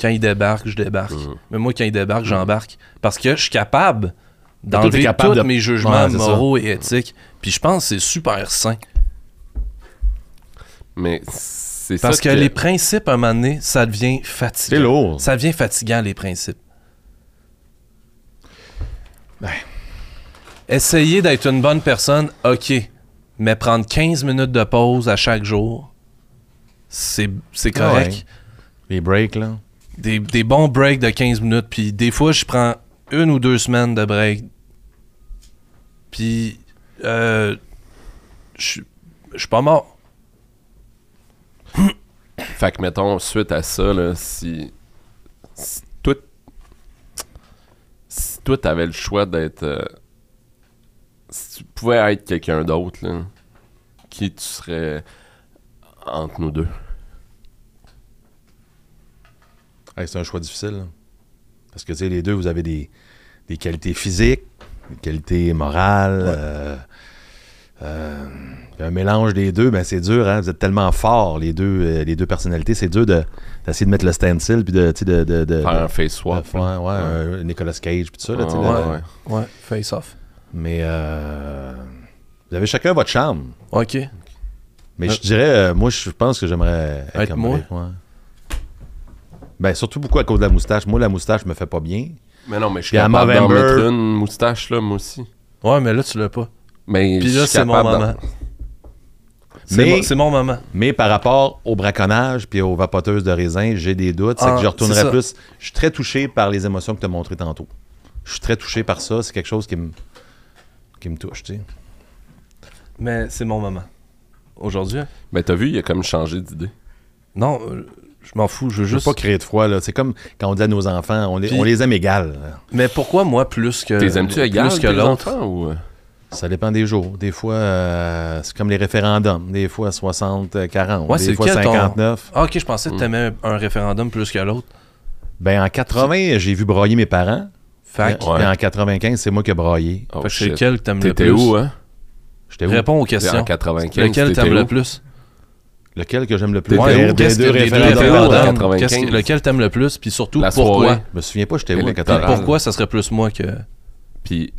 Speaker 2: Quand il débarque, je débarque.
Speaker 1: Mhm.
Speaker 2: Mais moi, quand il débarque, j'embarque. Parce que je suis capable d'enlever
Speaker 4: capable
Speaker 2: tous
Speaker 4: de-
Speaker 2: mes jugements
Speaker 4: Ouais, c'est ça.
Speaker 2: moraux et éthiques. Puis je pense que c'est super sain.
Speaker 1: mais c'est ça.
Speaker 2: Parce que, les principes, à un moment donné, ça devient fatigant.
Speaker 4: C'est lourd.
Speaker 2: Ça devient fatigant, les principes.
Speaker 4: Ben.
Speaker 2: Essayer d'être une bonne personne, ok. Mais prendre 15 minutes de pause à chaque jour, c'est c'est correct.
Speaker 4: Ah Ouais. Les breaks, là.
Speaker 2: Des, des bons breaks de 15 minutes. Puis des fois, je prends une ou deux semaines de break. Puis euh, je suis- je suis pas mort.
Speaker 1: Fait que, mettons, suite à ça, là, si. Si toi. Si toi, t'avais le choix d'être. euh, si tu pouvais être quelqu'un d'autre, là, qui tu serais entre nous deux
Speaker 4: Hey, c'est un choix difficile. là. Parce que, tu sais, les deux, vous avez des, des qualités physiques, des qualités morales. euh, euh, un mélange des deux, ben c'est dur. Hein? Vous êtes tellement forts, les deux, euh, les deux personnalités. C'est dur de- d'essayer de, mettre le stencil puis de, tu sais, de, de,
Speaker 2: Euh,
Speaker 4: de-
Speaker 1: Faire
Speaker 4: de-
Speaker 1: un face swap.
Speaker 4: de- ouais, ouais, un Nicolas Cage puis tout ça. là, tu sais,
Speaker 1: Ouais,
Speaker 4: de-
Speaker 1: ouais.
Speaker 2: Ouais, face off.
Speaker 4: Mais euh, vous avez chacun votre charme.
Speaker 2: Ok.
Speaker 4: Mais
Speaker 2: Euh.
Speaker 4: je dirais, euh, moi, je pense que j'aimerais
Speaker 2: Être
Speaker 4: comme
Speaker 2: moi?
Speaker 4: Drake, ouais. Ben, surtout beaucoup à cause de la moustache. Moi, la moustache me fait pas bien.
Speaker 1: Mais non, mais je suis
Speaker 4: Puis à
Speaker 1: capable d'en
Speaker 4: Movember-
Speaker 1: mettre une moustache, là, moi aussi.
Speaker 2: Ouais, mais là, tu l'as pas.
Speaker 1: Mais
Speaker 2: Puis
Speaker 1: je
Speaker 2: là,
Speaker 1: suis
Speaker 2: c'est mon
Speaker 1: capable d'en-
Speaker 2: moment. C'est
Speaker 4: Mais-
Speaker 2: mon- c'est mon moment.
Speaker 4: Mais par rapport au braconnage puis aux vapoteuses de raisin, j'ai des doutes. c'est
Speaker 2: Ah,
Speaker 4: que je
Speaker 2: c'est
Speaker 4: retournerai
Speaker 2: ça.
Speaker 4: plus. Je suis très touché par les émotions que tu as montrées tantôt. Je suis très touché par ça. C'est quelque chose qui me qui me touche, tu sais.
Speaker 2: Mais c'est mon moment. Aujourd'hui? hein?
Speaker 1: Mais t'as vu, il a comme changé d'idée.
Speaker 2: Non, euh, je m'en fous, je veux
Speaker 4: Je veux
Speaker 2: juste.
Speaker 4: pas créer de froid, là. C'est comme quand on dit à nos enfants, on les,
Speaker 2: Puis-
Speaker 4: on les aime égales. là.
Speaker 2: Mais pourquoi moi plus que.
Speaker 1: T'es aimes-tu
Speaker 2: Euh, plus
Speaker 1: égal
Speaker 2: que
Speaker 1: tes
Speaker 2: l'autre?
Speaker 1: enfants, ou... euh?
Speaker 4: Ça dépend des jours. Des fois, euh, c'est comme les référendums. Des fois, 60-40.
Speaker 2: Ouais,
Speaker 4: des
Speaker 2: c'est
Speaker 4: fois,
Speaker 2: lequel ton-
Speaker 4: 59.
Speaker 2: Ah, ok, je pensais que
Speaker 1: Mm.
Speaker 2: t'aimais un référendum plus que l'autre.
Speaker 4: Ben, en 80, j'ai vu brailler mes parents.
Speaker 2: Fait que.
Speaker 4: Puis en 95, c'est moi qui ai braillé.
Speaker 1: Oh,
Speaker 2: fait que c'est
Speaker 1: shit.
Speaker 2: lequel que t'aimes le plus?
Speaker 1: T'étais où, hein?
Speaker 4: J'étais où?
Speaker 2: Réponds aux
Speaker 1: En
Speaker 2: questions.
Speaker 1: 95,
Speaker 2: Lequel
Speaker 1: t'étais
Speaker 2: t'aimes le
Speaker 1: où?
Speaker 2: plus?
Speaker 4: Lequel que j'aime le plus?
Speaker 1: T'étais
Speaker 4: Ouais,
Speaker 1: où?
Speaker 4: des
Speaker 2: Qu'est-ce que
Speaker 4: deux
Speaker 2: des deux
Speaker 4: référendums.
Speaker 1: référendums.
Speaker 4: Ouais.
Speaker 2: référendums? Qu'est-ce que-
Speaker 1: 95.
Speaker 2: Lequel t'aimes le plus? Puis surtout,
Speaker 1: La
Speaker 2: pourquoi?
Speaker 1: soirée.
Speaker 4: Je me souviens pas, j'étais où en
Speaker 1: Électoral.
Speaker 4: 80.
Speaker 2: Pourquoi ça serait plus moi que.
Speaker 1: Puis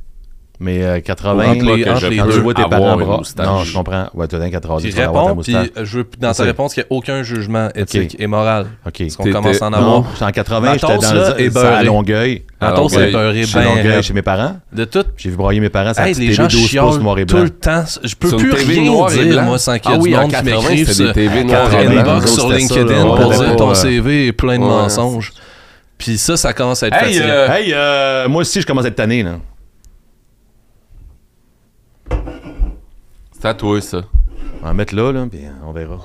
Speaker 4: Mais euh, 80,
Speaker 1: Entre les-
Speaker 4: quand
Speaker 1: entre
Speaker 4: tu
Speaker 1: les deux,
Speaker 4: vois tes
Speaker 1: avoir
Speaker 2: Ah,
Speaker 4: parents
Speaker 1: une
Speaker 4: bra-
Speaker 1: moustache.
Speaker 4: Non, je comprends. Ouais, t'as dans 14
Speaker 2: Puis
Speaker 4: tu vas avoir ta
Speaker 2: réponds, puis
Speaker 4: moustache.
Speaker 2: euh, je veux dans ta
Speaker 4: Ok.
Speaker 2: réponse qu'il n'y ait aucun jugement éthique et moral.
Speaker 4: OK.
Speaker 2: Parce qu'on
Speaker 1: T'étais-
Speaker 2: commence à en
Speaker 4: Non,
Speaker 2: avoir.
Speaker 4: j'étais en 80,
Speaker 2: Ma
Speaker 4: j'étais
Speaker 2: tosse,
Speaker 4: dans
Speaker 2: là, est
Speaker 4: le- ça, à
Speaker 2: beurrée.
Speaker 4: Longueuil.
Speaker 2: La tosse
Speaker 1: Longueuil.
Speaker 2: est beurrée
Speaker 4: Chez
Speaker 2: ben
Speaker 4: Longueuil,
Speaker 2: raide.
Speaker 4: chez mes parents.
Speaker 2: De tout.
Speaker 4: J'ai vu brailler mes parents, ça
Speaker 2: Hey,
Speaker 4: petite
Speaker 2: les
Speaker 4: télé
Speaker 2: gens
Speaker 4: 12 pouces
Speaker 2: chiolent
Speaker 4: noir et
Speaker 2: tout
Speaker 4: blanc.
Speaker 2: le temps. Je peux
Speaker 1: Sur une
Speaker 2: plus
Speaker 1: TV
Speaker 2: rien
Speaker 1: noir et
Speaker 2: dire,
Speaker 1: blanc.
Speaker 2: moi, sans qu'il y
Speaker 1: Ah
Speaker 2: ait
Speaker 1: oui,
Speaker 2: du
Speaker 1: en
Speaker 2: monde qui
Speaker 1: 80,
Speaker 2: m'écrive
Speaker 1: c'était des
Speaker 2: sur
Speaker 1: TV noirs
Speaker 4: et blanc.
Speaker 2: inbox sur
Speaker 4: C'était ça,
Speaker 2: LinkedIn
Speaker 4: là.
Speaker 2: pour
Speaker 4: Ouais,
Speaker 2: dire
Speaker 4: ouais,
Speaker 2: ton
Speaker 4: euh, ouais.
Speaker 2: CV est plein de
Speaker 1: Ouais.
Speaker 2: mensonges. Puis ça, ça commence à être
Speaker 1: Hey,
Speaker 2: fatigant.
Speaker 1: euh,
Speaker 4: Hey, euh, moi aussi, je commence à être tanné, là.
Speaker 1: c'est à toi, ça.
Speaker 4: On va en mettre là, là, puis on verra.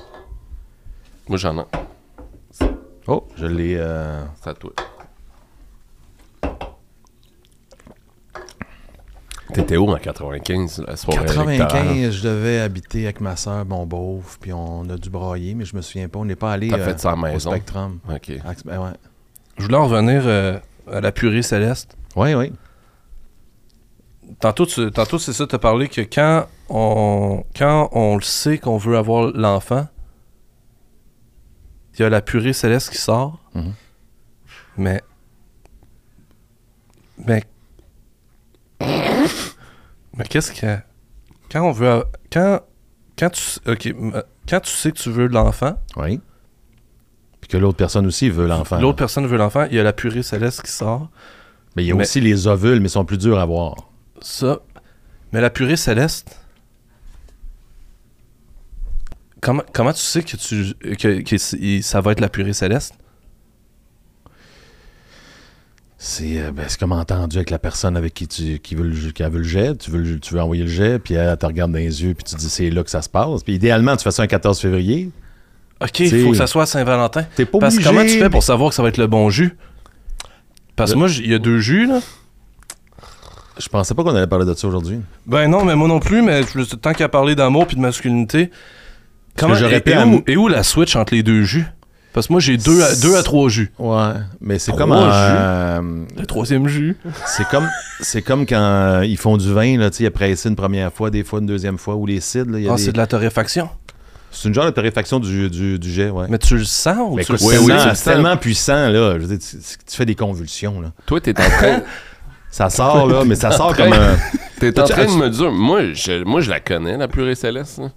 Speaker 1: Moi, j'en ai.
Speaker 4: Oh, je l'ai... euh,
Speaker 1: C'est à toi. T'étais où en 95, la soirée 95.
Speaker 4: 95, je devais habiter avec ma soeur, mon beauf, puis on a dû brailler, mais je me souviens pas, on n'est pas allé euh,
Speaker 1: T'as fait ça à la
Speaker 4: au
Speaker 1: maison?
Speaker 4: Spectrum.
Speaker 1: OK.
Speaker 4: Ah, ben ouais.
Speaker 2: Je voulais en revenir euh, à la purée céleste.
Speaker 4: Oui, oui.
Speaker 2: Tantôt, tu- tantôt c'est ça, tu as parlé que quand on, quand on le sait qu'on veut avoir l'enfant, il y a la purée céleste qui sort.
Speaker 4: Mhm.
Speaker 2: Mais. Mais. mais qu'est-ce que. Quand on veut. a- Quand. Quand tu, ok, m- quand tu sais que tu veux l'enfant,
Speaker 4: Oui.
Speaker 2: puis
Speaker 4: Puis que l'autre personne aussi veut l'enfant.
Speaker 2: L'autre personne veut l'enfant, il y a la purée céleste qui sort.
Speaker 4: Mais il y a
Speaker 2: mais-
Speaker 4: aussi les ovules, mais ils sont plus durs à voir.
Speaker 2: Ça. Mais la purée céleste. Comment, comment tu sais que, tu, que, que- il- ça va être la purée céleste?
Speaker 4: C'est euh, ben, c'est comme entendu avec la personne avec qui tu qui veut le, qui elle veut le jet, tu veux, le- tu veux envoyer le jet, puis elle te regarde dans les yeux, puis tu dis c'est là que ça se passe. Puis idéalement, tu fais ça un 14 février.
Speaker 2: Ok,
Speaker 4: C'est-
Speaker 2: il faut que ça soit à Saint-Valentin.
Speaker 4: T'es pas
Speaker 2: Parce que
Speaker 4: obligé.
Speaker 2: comment tu fais pour savoir que ça va être le bon jus? Parce que moi, j- il y a deux jus, là.
Speaker 4: Je pensais pas qu'on allait parler de ça aujourd'hui.
Speaker 2: Ben non, mais moi non plus, mais je- tant qu'à parler d'amour puis de masculinité,
Speaker 4: Parce que
Speaker 2: comment,
Speaker 4: j'aurais
Speaker 2: et,
Speaker 4: pu
Speaker 2: et
Speaker 4: am-
Speaker 2: où, et où la switch entre les deux jus? Parce que moi, j'ai deux à, deux à trois jus.
Speaker 4: Ouais, Ah, mais c'est
Speaker 2: Trois
Speaker 4: comme en, euh,
Speaker 2: Le troisième jus?
Speaker 4: c'est comme c'est comme quand euh, ils font du vin là, tu sais, après une première fois, des fois une deuxième fois, ou les cides là, il y a
Speaker 2: Ah,
Speaker 4: des-
Speaker 2: c'est de la torréfaction.
Speaker 4: c'est une genre de torréfaction du, du, du jet, ouais.
Speaker 2: Mais tu le sens ou
Speaker 4: Mais
Speaker 2: tu le
Speaker 4: écoute,
Speaker 1: oui,
Speaker 2: sens?
Speaker 4: c'est
Speaker 1: oui,
Speaker 4: tellement-
Speaker 1: tu le
Speaker 4: c'est
Speaker 1: sens.
Speaker 4: tellement puissant là, je veux dire, tu, tu- tu fais des convulsions là.
Speaker 1: Toi, t'es en train,
Speaker 4: Ça sort là, mais ça sort comme un
Speaker 1: [LAUGHS] t'es en
Speaker 4: T'as-
Speaker 1: train de
Speaker 4: as-tu-
Speaker 1: me dire. Moi, je, moi, je la connais, la purée céleste. là.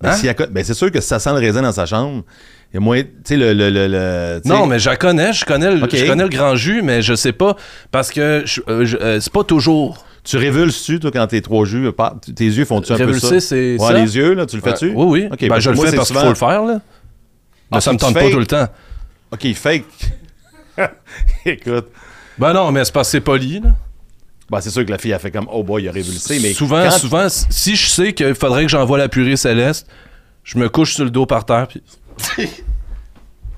Speaker 4: Ben,
Speaker 2: Hein?
Speaker 4: s'il y a co- ben, c'est sûr que si ça sent le raisin dans sa chambre, il y a moyen. Tu sais, le. le, le, le- tu sais-
Speaker 2: Non, mais je la connais, je connais, le,
Speaker 4: Ok.
Speaker 2: je connais le grand jus, mais je sais pas, parce que je- euh, je- euh, c'est pas toujours.
Speaker 4: Tu révulses-tu, toi, quand t'es trois jus? euh, pas- t- Tes yeux font-tu un peu ça?
Speaker 2: Révulser, c'est
Speaker 4: Ouais,
Speaker 2: ça?
Speaker 4: les yeux, là, tu le fais-tu?
Speaker 2: Oui, oui.
Speaker 4: Ok,
Speaker 2: Ben,
Speaker 4: parce
Speaker 2: je
Speaker 4: que
Speaker 2: le
Speaker 4: moi,
Speaker 2: fais
Speaker 4: c'est
Speaker 2: parce qu'il
Speaker 4: souvent-
Speaker 2: faut le faire, là.
Speaker 4: Ah,
Speaker 2: Mais ça me
Speaker 4: tu
Speaker 2: tente
Speaker 4: fais-
Speaker 2: pas tout le temps.
Speaker 4: Ok, fake. [LAUGHS] Écoute.
Speaker 2: Ben non, mais c'est parce que c'est poli, là.
Speaker 4: Ben, c'est sûr que la fille a fait comme, oh boy, il a révulsé. Mais
Speaker 2: souvent,
Speaker 4: quand-
Speaker 2: souvent, s- si je sais qu'il faudrait que j'envoie la purée céleste, je me couche sur le dos par terre. Puis...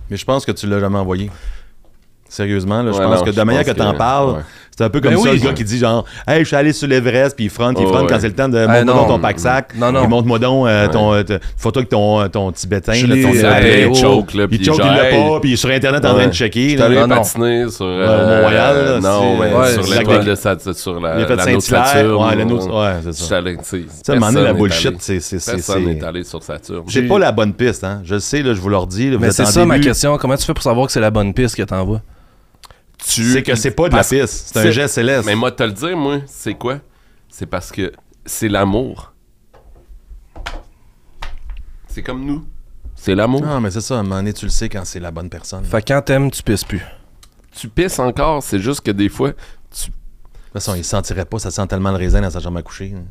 Speaker 4: Mais je pense que tu l'as jamais envoyé. Sérieusement, là, je
Speaker 1: Ouais,
Speaker 4: pense
Speaker 1: non,
Speaker 4: que
Speaker 1: je
Speaker 4: de la manière que
Speaker 1: pense
Speaker 4: t'en
Speaker 1: que-
Speaker 4: parles,
Speaker 1: ouais.
Speaker 4: c'est un peu comme
Speaker 2: Ben
Speaker 4: ça,
Speaker 2: oui.
Speaker 4: le gars qui dit genre, hey, je suis allé sur l'Everest, puis il fronte, il
Speaker 1: Oh,
Speaker 4: fronte quand
Speaker 1: ouais.
Speaker 4: c'est le temps de. Montre-moi
Speaker 2: Ben non.
Speaker 4: donc ton pack-sac.
Speaker 2: Non, non.
Speaker 4: puis Montre-moi donc euh, ton, euh, t- photo avec ton, euh, ton tibétain,
Speaker 2: Je
Speaker 4: là,
Speaker 2: l'ai-
Speaker 4: ton
Speaker 2: je l'ai-
Speaker 4: Tibétain.
Speaker 1: il choke, là, puis
Speaker 4: il choke, il
Speaker 1: genre,
Speaker 4: l'a
Speaker 1: hey,
Speaker 4: pas, puis il est sur Internet en train
Speaker 1: Ouais.
Speaker 4: de checker.
Speaker 1: Je
Speaker 4: là.
Speaker 1: t'allais
Speaker 2: non, non.
Speaker 1: patiner sur euh,
Speaker 4: au Mont-Royal, là,
Speaker 1: non,
Speaker 4: c'est-
Speaker 1: mais
Speaker 2: ouais,
Speaker 1: sur
Speaker 2: c'est
Speaker 1: l'étoile
Speaker 4: la-
Speaker 1: de sa, sur la,
Speaker 4: Il a fait
Speaker 1: la
Speaker 4: Saint-Hilaire.
Speaker 1: Saturne,
Speaker 4: Ouais, le
Speaker 1: là.
Speaker 4: nôtre- ouais, c'est ça.
Speaker 1: J'allais- tu sais,
Speaker 4: Ça, à un moment donné,
Speaker 1: personne
Speaker 4: la
Speaker 1: est
Speaker 4: bullshit,
Speaker 1: allé-
Speaker 4: c'est. c'est- c'est-
Speaker 1: Personne n'est
Speaker 4: c'est-
Speaker 1: allé sur Saturne.
Speaker 4: C'est pas la bonne piste, hein. Je le sais, là, je vous leur dis. là, vous
Speaker 2: Mais
Speaker 4: êtes
Speaker 2: c'est
Speaker 4: en
Speaker 2: ça ma
Speaker 4: début.
Speaker 2: question. Comment tu fais pour savoir que c'est la bonne piste que t'envoies?
Speaker 1: Tu-
Speaker 4: C'est que c'est pas de la
Speaker 1: Parce-
Speaker 4: piste. C'est un
Speaker 1: c'est-
Speaker 4: geste céleste.
Speaker 1: Mais moi, te le dire, moi, c'est quoi? C'est parce que c'est l'amour. C'est comme nous. C'est l'amour.
Speaker 4: Non, Ah, mais c'est ça. À un moment donné, tu le sais quand c'est la bonne personne.
Speaker 2: Fait que quand t'aimes, tu pisses plus.
Speaker 1: Tu pisses encore, c'est juste que des fois, tu
Speaker 4: De toute façon, il sentirait pas, ça sent tellement le raisin dans sa chambre à coucher. hein.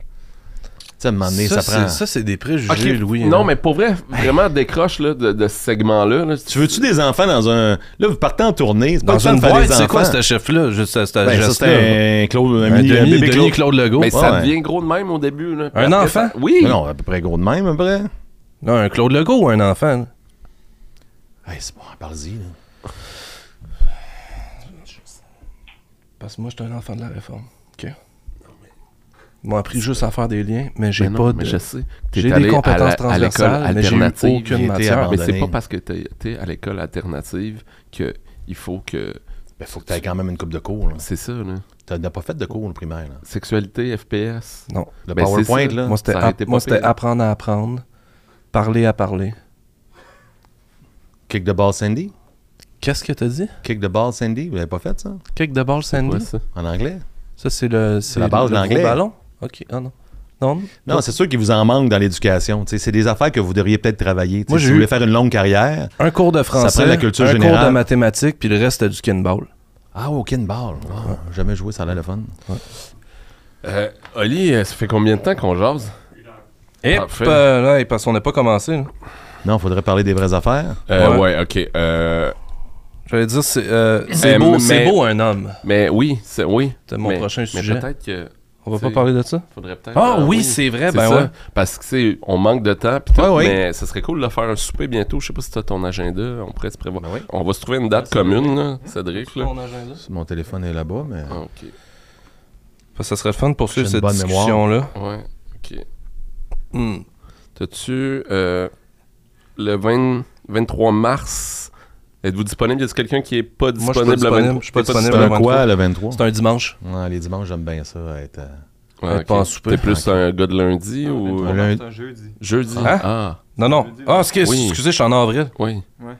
Speaker 4: Tu sais, à un moment donné, ça,
Speaker 2: Ça,
Speaker 4: prend.
Speaker 2: c'est- ça, c'est des préjugés,
Speaker 1: Ok,
Speaker 2: Louis. hein.
Speaker 1: Non,
Speaker 2: là.
Speaker 1: mais pour vrai, vraiment décroche là, de, de ce segment-là. là.
Speaker 4: Tu veux-tu des enfants dans un. Là, vous partez en tournée, c'est pas
Speaker 2: Dans
Speaker 4: le temps
Speaker 2: une
Speaker 4: de faire
Speaker 2: boîte,
Speaker 4: des
Speaker 2: c'est
Speaker 4: enfants.
Speaker 2: quoi ce chef-là? Juste ce- ce
Speaker 4: Ben, ça,
Speaker 2: geste-là.
Speaker 4: c'était un, Claude, un
Speaker 2: Un
Speaker 4: mini- un
Speaker 2: demi,
Speaker 4: bébé
Speaker 2: demi
Speaker 4: Claude. Ben,
Speaker 2: Claude Legault.
Speaker 1: Mais ça
Speaker 4: ouais.
Speaker 1: devient gros de même au début. Là. Puis
Speaker 2: Un
Speaker 1: après, ça-
Speaker 2: enfant?
Speaker 1: Oui.
Speaker 4: Mais Non, à peu près gros de même, à peu près.
Speaker 2: Non, un Claude Legault ou un enfant? là?
Speaker 4: Hey, c'est bon, parle-y. là.
Speaker 2: Parce que moi, j'étais un enfant de la réforme. OK. Ils m'ont appris juste à faire des liens, mais j'ai
Speaker 1: Mais non,
Speaker 2: pas
Speaker 1: mais
Speaker 2: de...
Speaker 1: je sais. T'es
Speaker 2: J'ai
Speaker 1: allé
Speaker 2: des
Speaker 1: à la-
Speaker 2: compétences
Speaker 1: à l'école
Speaker 2: transversales, mais j'ai eu
Speaker 1: alternative.
Speaker 2: aucune
Speaker 4: J'ai été
Speaker 2: matière.
Speaker 1: Mais c'est
Speaker 4: Abandonné.
Speaker 1: pas parce que t'es t'es à l'école alternative que il faut que.
Speaker 4: Ben, faut que t'aies quand même une coupe de cours, là.
Speaker 1: C'est ça, là.
Speaker 4: T'as t'as pas fait de cours au primaire, là.
Speaker 1: Sexualité, FPS.
Speaker 2: Non.
Speaker 4: Le
Speaker 1: Ben, c'est
Speaker 4: PowerPoint,
Speaker 1: ça.
Speaker 4: là.
Speaker 2: Moi, c'était
Speaker 1: ça aurait
Speaker 2: app-
Speaker 1: été pas
Speaker 2: moi, c'était
Speaker 1: pire.
Speaker 2: apprendre à apprendre, parler à parler.
Speaker 4: Kick the ball, Sandy.
Speaker 2: Qu'est-ce que t'as dit?
Speaker 4: Kick the ball, Sandy. Vous avez pas fait ça
Speaker 2: Kick the ball, Sandy?
Speaker 1: Ouais, ça.
Speaker 4: en anglais?
Speaker 2: Ça, c'est le, c'est
Speaker 4: la base
Speaker 2: le
Speaker 4: de
Speaker 2: gros
Speaker 4: l'anglais.
Speaker 2: ballon? OK. Ah non. Non.
Speaker 4: Non, c'est sûr qu'il vous en manque dans l'éducation. tu sais, C'est des affaires que vous devriez peut-être travailler. tu sais,
Speaker 2: Moi,
Speaker 4: si
Speaker 2: j'ai
Speaker 4: vous voulez
Speaker 2: eu-
Speaker 4: faire une longue carrière.
Speaker 2: Un cours de français,
Speaker 4: prend la culture
Speaker 2: un cours
Speaker 4: générale.
Speaker 2: de mathématiques, puis le reste, c'était du kinball.
Speaker 4: Ah, aucune ball. Wow, Jamais joué, ça a l'air le fun.
Speaker 1: Euh, Oli, euh, ça fait combien de temps qu'on jase?
Speaker 2: Et
Speaker 1: Parfait.
Speaker 2: euh, parce qu'on n'a pas commencé. là.
Speaker 4: Non, faudrait parler des vraies affaires.
Speaker 1: Euh,
Speaker 2: Ouais.
Speaker 1: ouais. ok. Euh,
Speaker 2: J'allais dire, c'est euh, c'est
Speaker 1: Euh,
Speaker 2: beau,
Speaker 1: mais-
Speaker 2: c'est beau un homme.
Speaker 1: mais oui, c'est oui.
Speaker 2: C'est mon
Speaker 1: mais,
Speaker 2: prochain
Speaker 1: mais
Speaker 2: sujet.
Speaker 1: peut-être que.
Speaker 2: On va
Speaker 1: C'est-
Speaker 2: pas parler de ça?
Speaker 1: Faudrait peut-être.
Speaker 2: Ah
Speaker 1: euh,
Speaker 2: oui, c'est vrai,
Speaker 1: C'est
Speaker 2: ben
Speaker 1: ça.
Speaker 2: ouais.
Speaker 1: Parce que c'est, on manque de temps, pis tout,
Speaker 4: Ouais, ouais.
Speaker 1: mais ça serait cool de faire un souper bientôt. Je sais pas si t'as ton agenda, on pourrait se prévoir.
Speaker 2: Ben
Speaker 1: On va se trouver une date commune, là, Cédric. Là.
Speaker 4: Mon téléphone est là-bas, mais.
Speaker 1: Ah, ok.
Speaker 2: Parce que Ça serait le fun de poursuivre
Speaker 4: J'ai une
Speaker 2: cette
Speaker 4: bonne mémoire.
Speaker 2: discussion-là.
Speaker 1: Ouais, ok.
Speaker 2: Hmm.
Speaker 1: T'as-tu euh, le 20 23 mars Êtes-vous disponible Y a quelqu'un qui est pas
Speaker 2: suis pas
Speaker 1: disponible le
Speaker 2: disponible,
Speaker 1: 23?
Speaker 2: je suis pas
Speaker 1: T'es
Speaker 4: C'est
Speaker 2: disponible
Speaker 4: un
Speaker 2: le
Speaker 4: quoi, le 23?
Speaker 2: C'est un dimanche.
Speaker 4: Ouais, les dimanches, j'aime bien ça. Être, euh,
Speaker 1: Ouais, Ah,
Speaker 2: être
Speaker 1: ok.
Speaker 2: pas en souper.
Speaker 1: T'es plus un gars de lundi ou
Speaker 4: ouais.
Speaker 6: C'est un jeudi.
Speaker 1: jeudi
Speaker 2: Hein?
Speaker 1: Ah,
Speaker 2: Non, non. Ah, excuse-
Speaker 1: Oui.
Speaker 2: excusez, je suis en avril.
Speaker 1: oui.
Speaker 6: Ouais.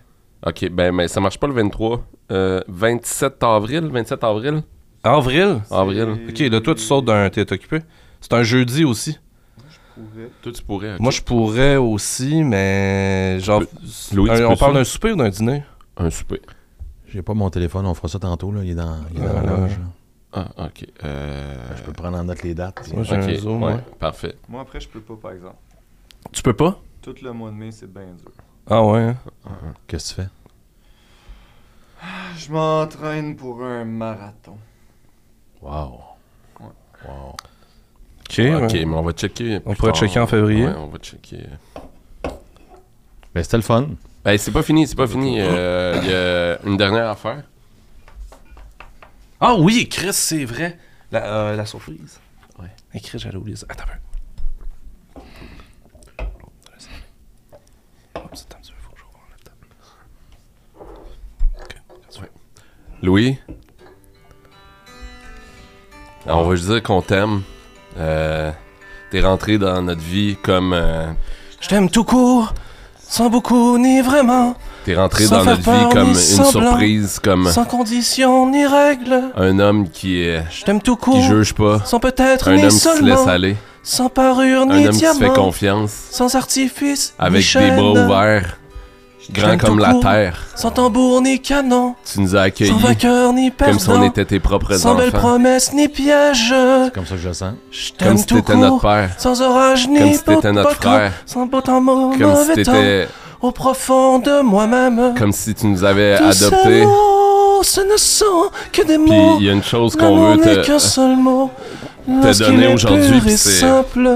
Speaker 1: Ok, ben mais ça marche pas le 23. Euh, 27 avril, 27 avril,
Speaker 2: Avril?
Speaker 1: Ah. avril.
Speaker 2: Ok, là, toi, tu sautes d'un. T'es occupé. C'est un jeudi aussi.
Speaker 1: Toi tu pourrais. ok.
Speaker 2: Moi, je pourrais aussi, mais. Genre.
Speaker 1: Louis,
Speaker 2: un-
Speaker 1: tu
Speaker 2: on
Speaker 1: peux
Speaker 2: parle
Speaker 1: ça?
Speaker 2: d'un souper ou d'un dîner
Speaker 1: Un souper.
Speaker 4: J'ai pas mon téléphone, on fera ça tantôt. Là. Il est dans, il est dans la
Speaker 2: Ouais.
Speaker 4: loge. là.
Speaker 1: Ah, ok. Euh,
Speaker 4: Je peux prendre en note les dates. puis-
Speaker 2: Moi, j'ai
Speaker 1: ok,
Speaker 2: un zoom,
Speaker 1: ouais,
Speaker 2: ouais.
Speaker 1: parfait.
Speaker 6: Moi, après, je peux pas, par exemple.
Speaker 2: Tu peux pas?
Speaker 6: Tout le mois de mai, c'est bien dur.
Speaker 2: Ah ouais, hein?
Speaker 4: Qu'est-ce que tu fais?
Speaker 6: Je m'entraîne pour un marathon.
Speaker 4: Wow.
Speaker 6: Ouais.
Speaker 4: Wow.
Speaker 2: Ok,
Speaker 1: ok,
Speaker 2: ouais.
Speaker 1: mais on va checker.
Speaker 2: On
Speaker 1: plus
Speaker 2: pourra
Speaker 1: tard.
Speaker 2: checker en février.
Speaker 1: Ouais, on va checker.
Speaker 4: Ben, c'était le fun.
Speaker 1: Ben, c'est pas fini, c'est pas fini. Euh, Il y a une dernière affaire.
Speaker 2: Ah oui, Chris, c'est vrai. La, euh, la surprise. Ouais. Hey, Chris, j'allais oublier ça. Attends un peu. Oups, attends un petit peu, faut que j'ouvre mon laptop. Ok.
Speaker 1: Louis, on va juste dire qu'on t'aime. Euh, T'es rentré dans notre vie comme. euh,
Speaker 2: Je t'aime tout court, sans beaucoup ni vraiment,
Speaker 1: T'es rentré
Speaker 2: Sans
Speaker 1: dans
Speaker 2: faire
Speaker 1: notre
Speaker 2: peur,
Speaker 1: vie comme
Speaker 2: ni
Speaker 1: une
Speaker 2: semblant.
Speaker 1: surprise, comme
Speaker 2: sans condition ni règle.
Speaker 1: un homme qui, euh,
Speaker 2: Je t'aime tout
Speaker 1: qui
Speaker 2: court,
Speaker 1: juge pas,
Speaker 2: sans peut-être
Speaker 1: un
Speaker 2: ni
Speaker 1: homme qui se
Speaker 2: seulement,
Speaker 1: laisse aller,
Speaker 2: sans parure
Speaker 1: un
Speaker 2: ni
Speaker 1: homme qui se fait
Speaker 2: diamant,
Speaker 1: confiance,
Speaker 2: sans artifice ni
Speaker 1: avec des
Speaker 2: chaîne,
Speaker 1: bras ouverts, grand
Speaker 2: t'aime
Speaker 1: comme
Speaker 2: tout
Speaker 1: la
Speaker 2: court.
Speaker 1: terre.
Speaker 2: sans tambour ni canon,
Speaker 1: Tu nous as
Speaker 2: sans
Speaker 1: accueillis
Speaker 2: vainqueur ni perdant.
Speaker 1: comme si on était tes propres
Speaker 2: Sans belle
Speaker 1: enfants,
Speaker 2: promesse ni piège,
Speaker 4: Comme ça que je le sens.
Speaker 2: je
Speaker 1: comme
Speaker 2: t'aime
Speaker 1: si
Speaker 2: tout
Speaker 1: t'étais
Speaker 2: court.
Speaker 1: notre père,
Speaker 2: Sans orage
Speaker 1: comme
Speaker 2: ni
Speaker 1: si t'étais notre
Speaker 2: beau temps,
Speaker 1: frère.
Speaker 2: Sans beau temps, mau-
Speaker 1: comme si
Speaker 2: mauvais temps.
Speaker 1: t'étais,
Speaker 2: Au profond de moi-même.
Speaker 1: comme si tu nous avais
Speaker 2: Tous ces
Speaker 1: adoptés.
Speaker 2: mots, ce ne sont que des
Speaker 1: Puis
Speaker 2: mots.
Speaker 1: il y a une chose
Speaker 2: L'amour
Speaker 1: qu'on veut
Speaker 2: n'est qu'un
Speaker 1: te.
Speaker 2: seul mot. Lorsqu'il
Speaker 1: donné
Speaker 2: est
Speaker 1: aujourd'hui,
Speaker 2: pur
Speaker 1: puis
Speaker 2: et
Speaker 1: c'est-
Speaker 2: simple.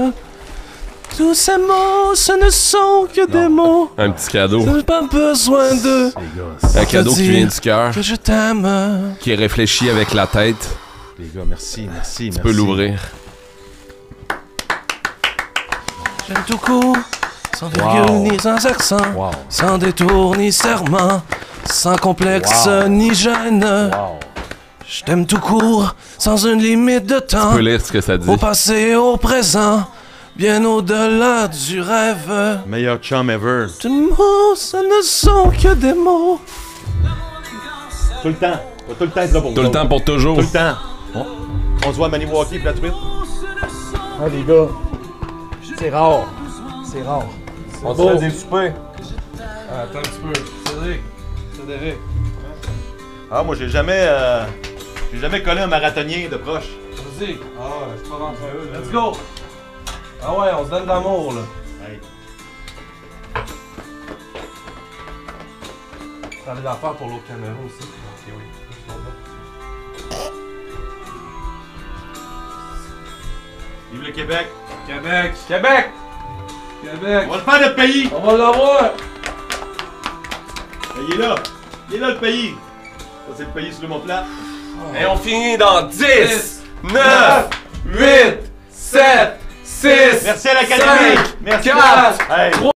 Speaker 2: Tous ces mots, ce ne sont que des mots.
Speaker 1: Un petit cadeau.
Speaker 2: J'ai pas besoin de
Speaker 4: Les gars, c'est-
Speaker 1: Un cadeau qui
Speaker 2: dire.
Speaker 1: vient du cœur,
Speaker 2: que je t'aime.
Speaker 1: qui est réfléchi avec la tête.
Speaker 4: les gars, merci, merci,
Speaker 1: Tu peux l'ouvrir.
Speaker 2: J'aime tout court, sans virgule ni sans accent.
Speaker 4: Wow.
Speaker 2: Sans détour ni serment, sans complexe
Speaker 4: Wow.
Speaker 2: ni gêne.
Speaker 4: Wow.
Speaker 2: Je t'aime tout court, sans une limite de
Speaker 1: Tu
Speaker 2: temps.
Speaker 1: peux lire ce que ça dit.
Speaker 2: Au passé, au présent, bien au-delà du rêve.
Speaker 4: Meilleur chum ever.
Speaker 2: Tes mots, ce ne sont que des mots.
Speaker 4: Tout le temps. On va tout le temps être là pour
Speaker 1: Tout le temps pour toujours.
Speaker 4: Tout le temps. On, on se voit à Maniwaki, puis la tweet.
Speaker 5: Ah, les gars, c'est rare. C'est rare.
Speaker 1: On
Speaker 5: se fait
Speaker 1: des
Speaker 2: Attends un petit peu, Cédric. Cédric.
Speaker 4: Ah, moi, j'ai jamais. euh, j'ai jamais collé un marathonien de proche.
Speaker 2: Vas-y. Ah ouais, je pas entre eux. Let's go. Ah ouais, on se donne d'amour là.
Speaker 4: Hey.
Speaker 2: T'as des affaires pour l'autre caméra aussi. Ok, oui.
Speaker 4: Vive le Québec.
Speaker 2: Québec! Québec! Québec!
Speaker 4: On va le faire, notre pays.
Speaker 2: On va l'avoir!
Speaker 4: Il est là. Il est là, le pays. Ça, c'est le pays sur le mont plat.
Speaker 1: Et on finit dans 10,
Speaker 2: 9, 8, 7, 6,
Speaker 4: Merci à l'Académie.
Speaker 2: Cinq,
Speaker 4: Merci.
Speaker 2: quatre,
Speaker 4: Hey.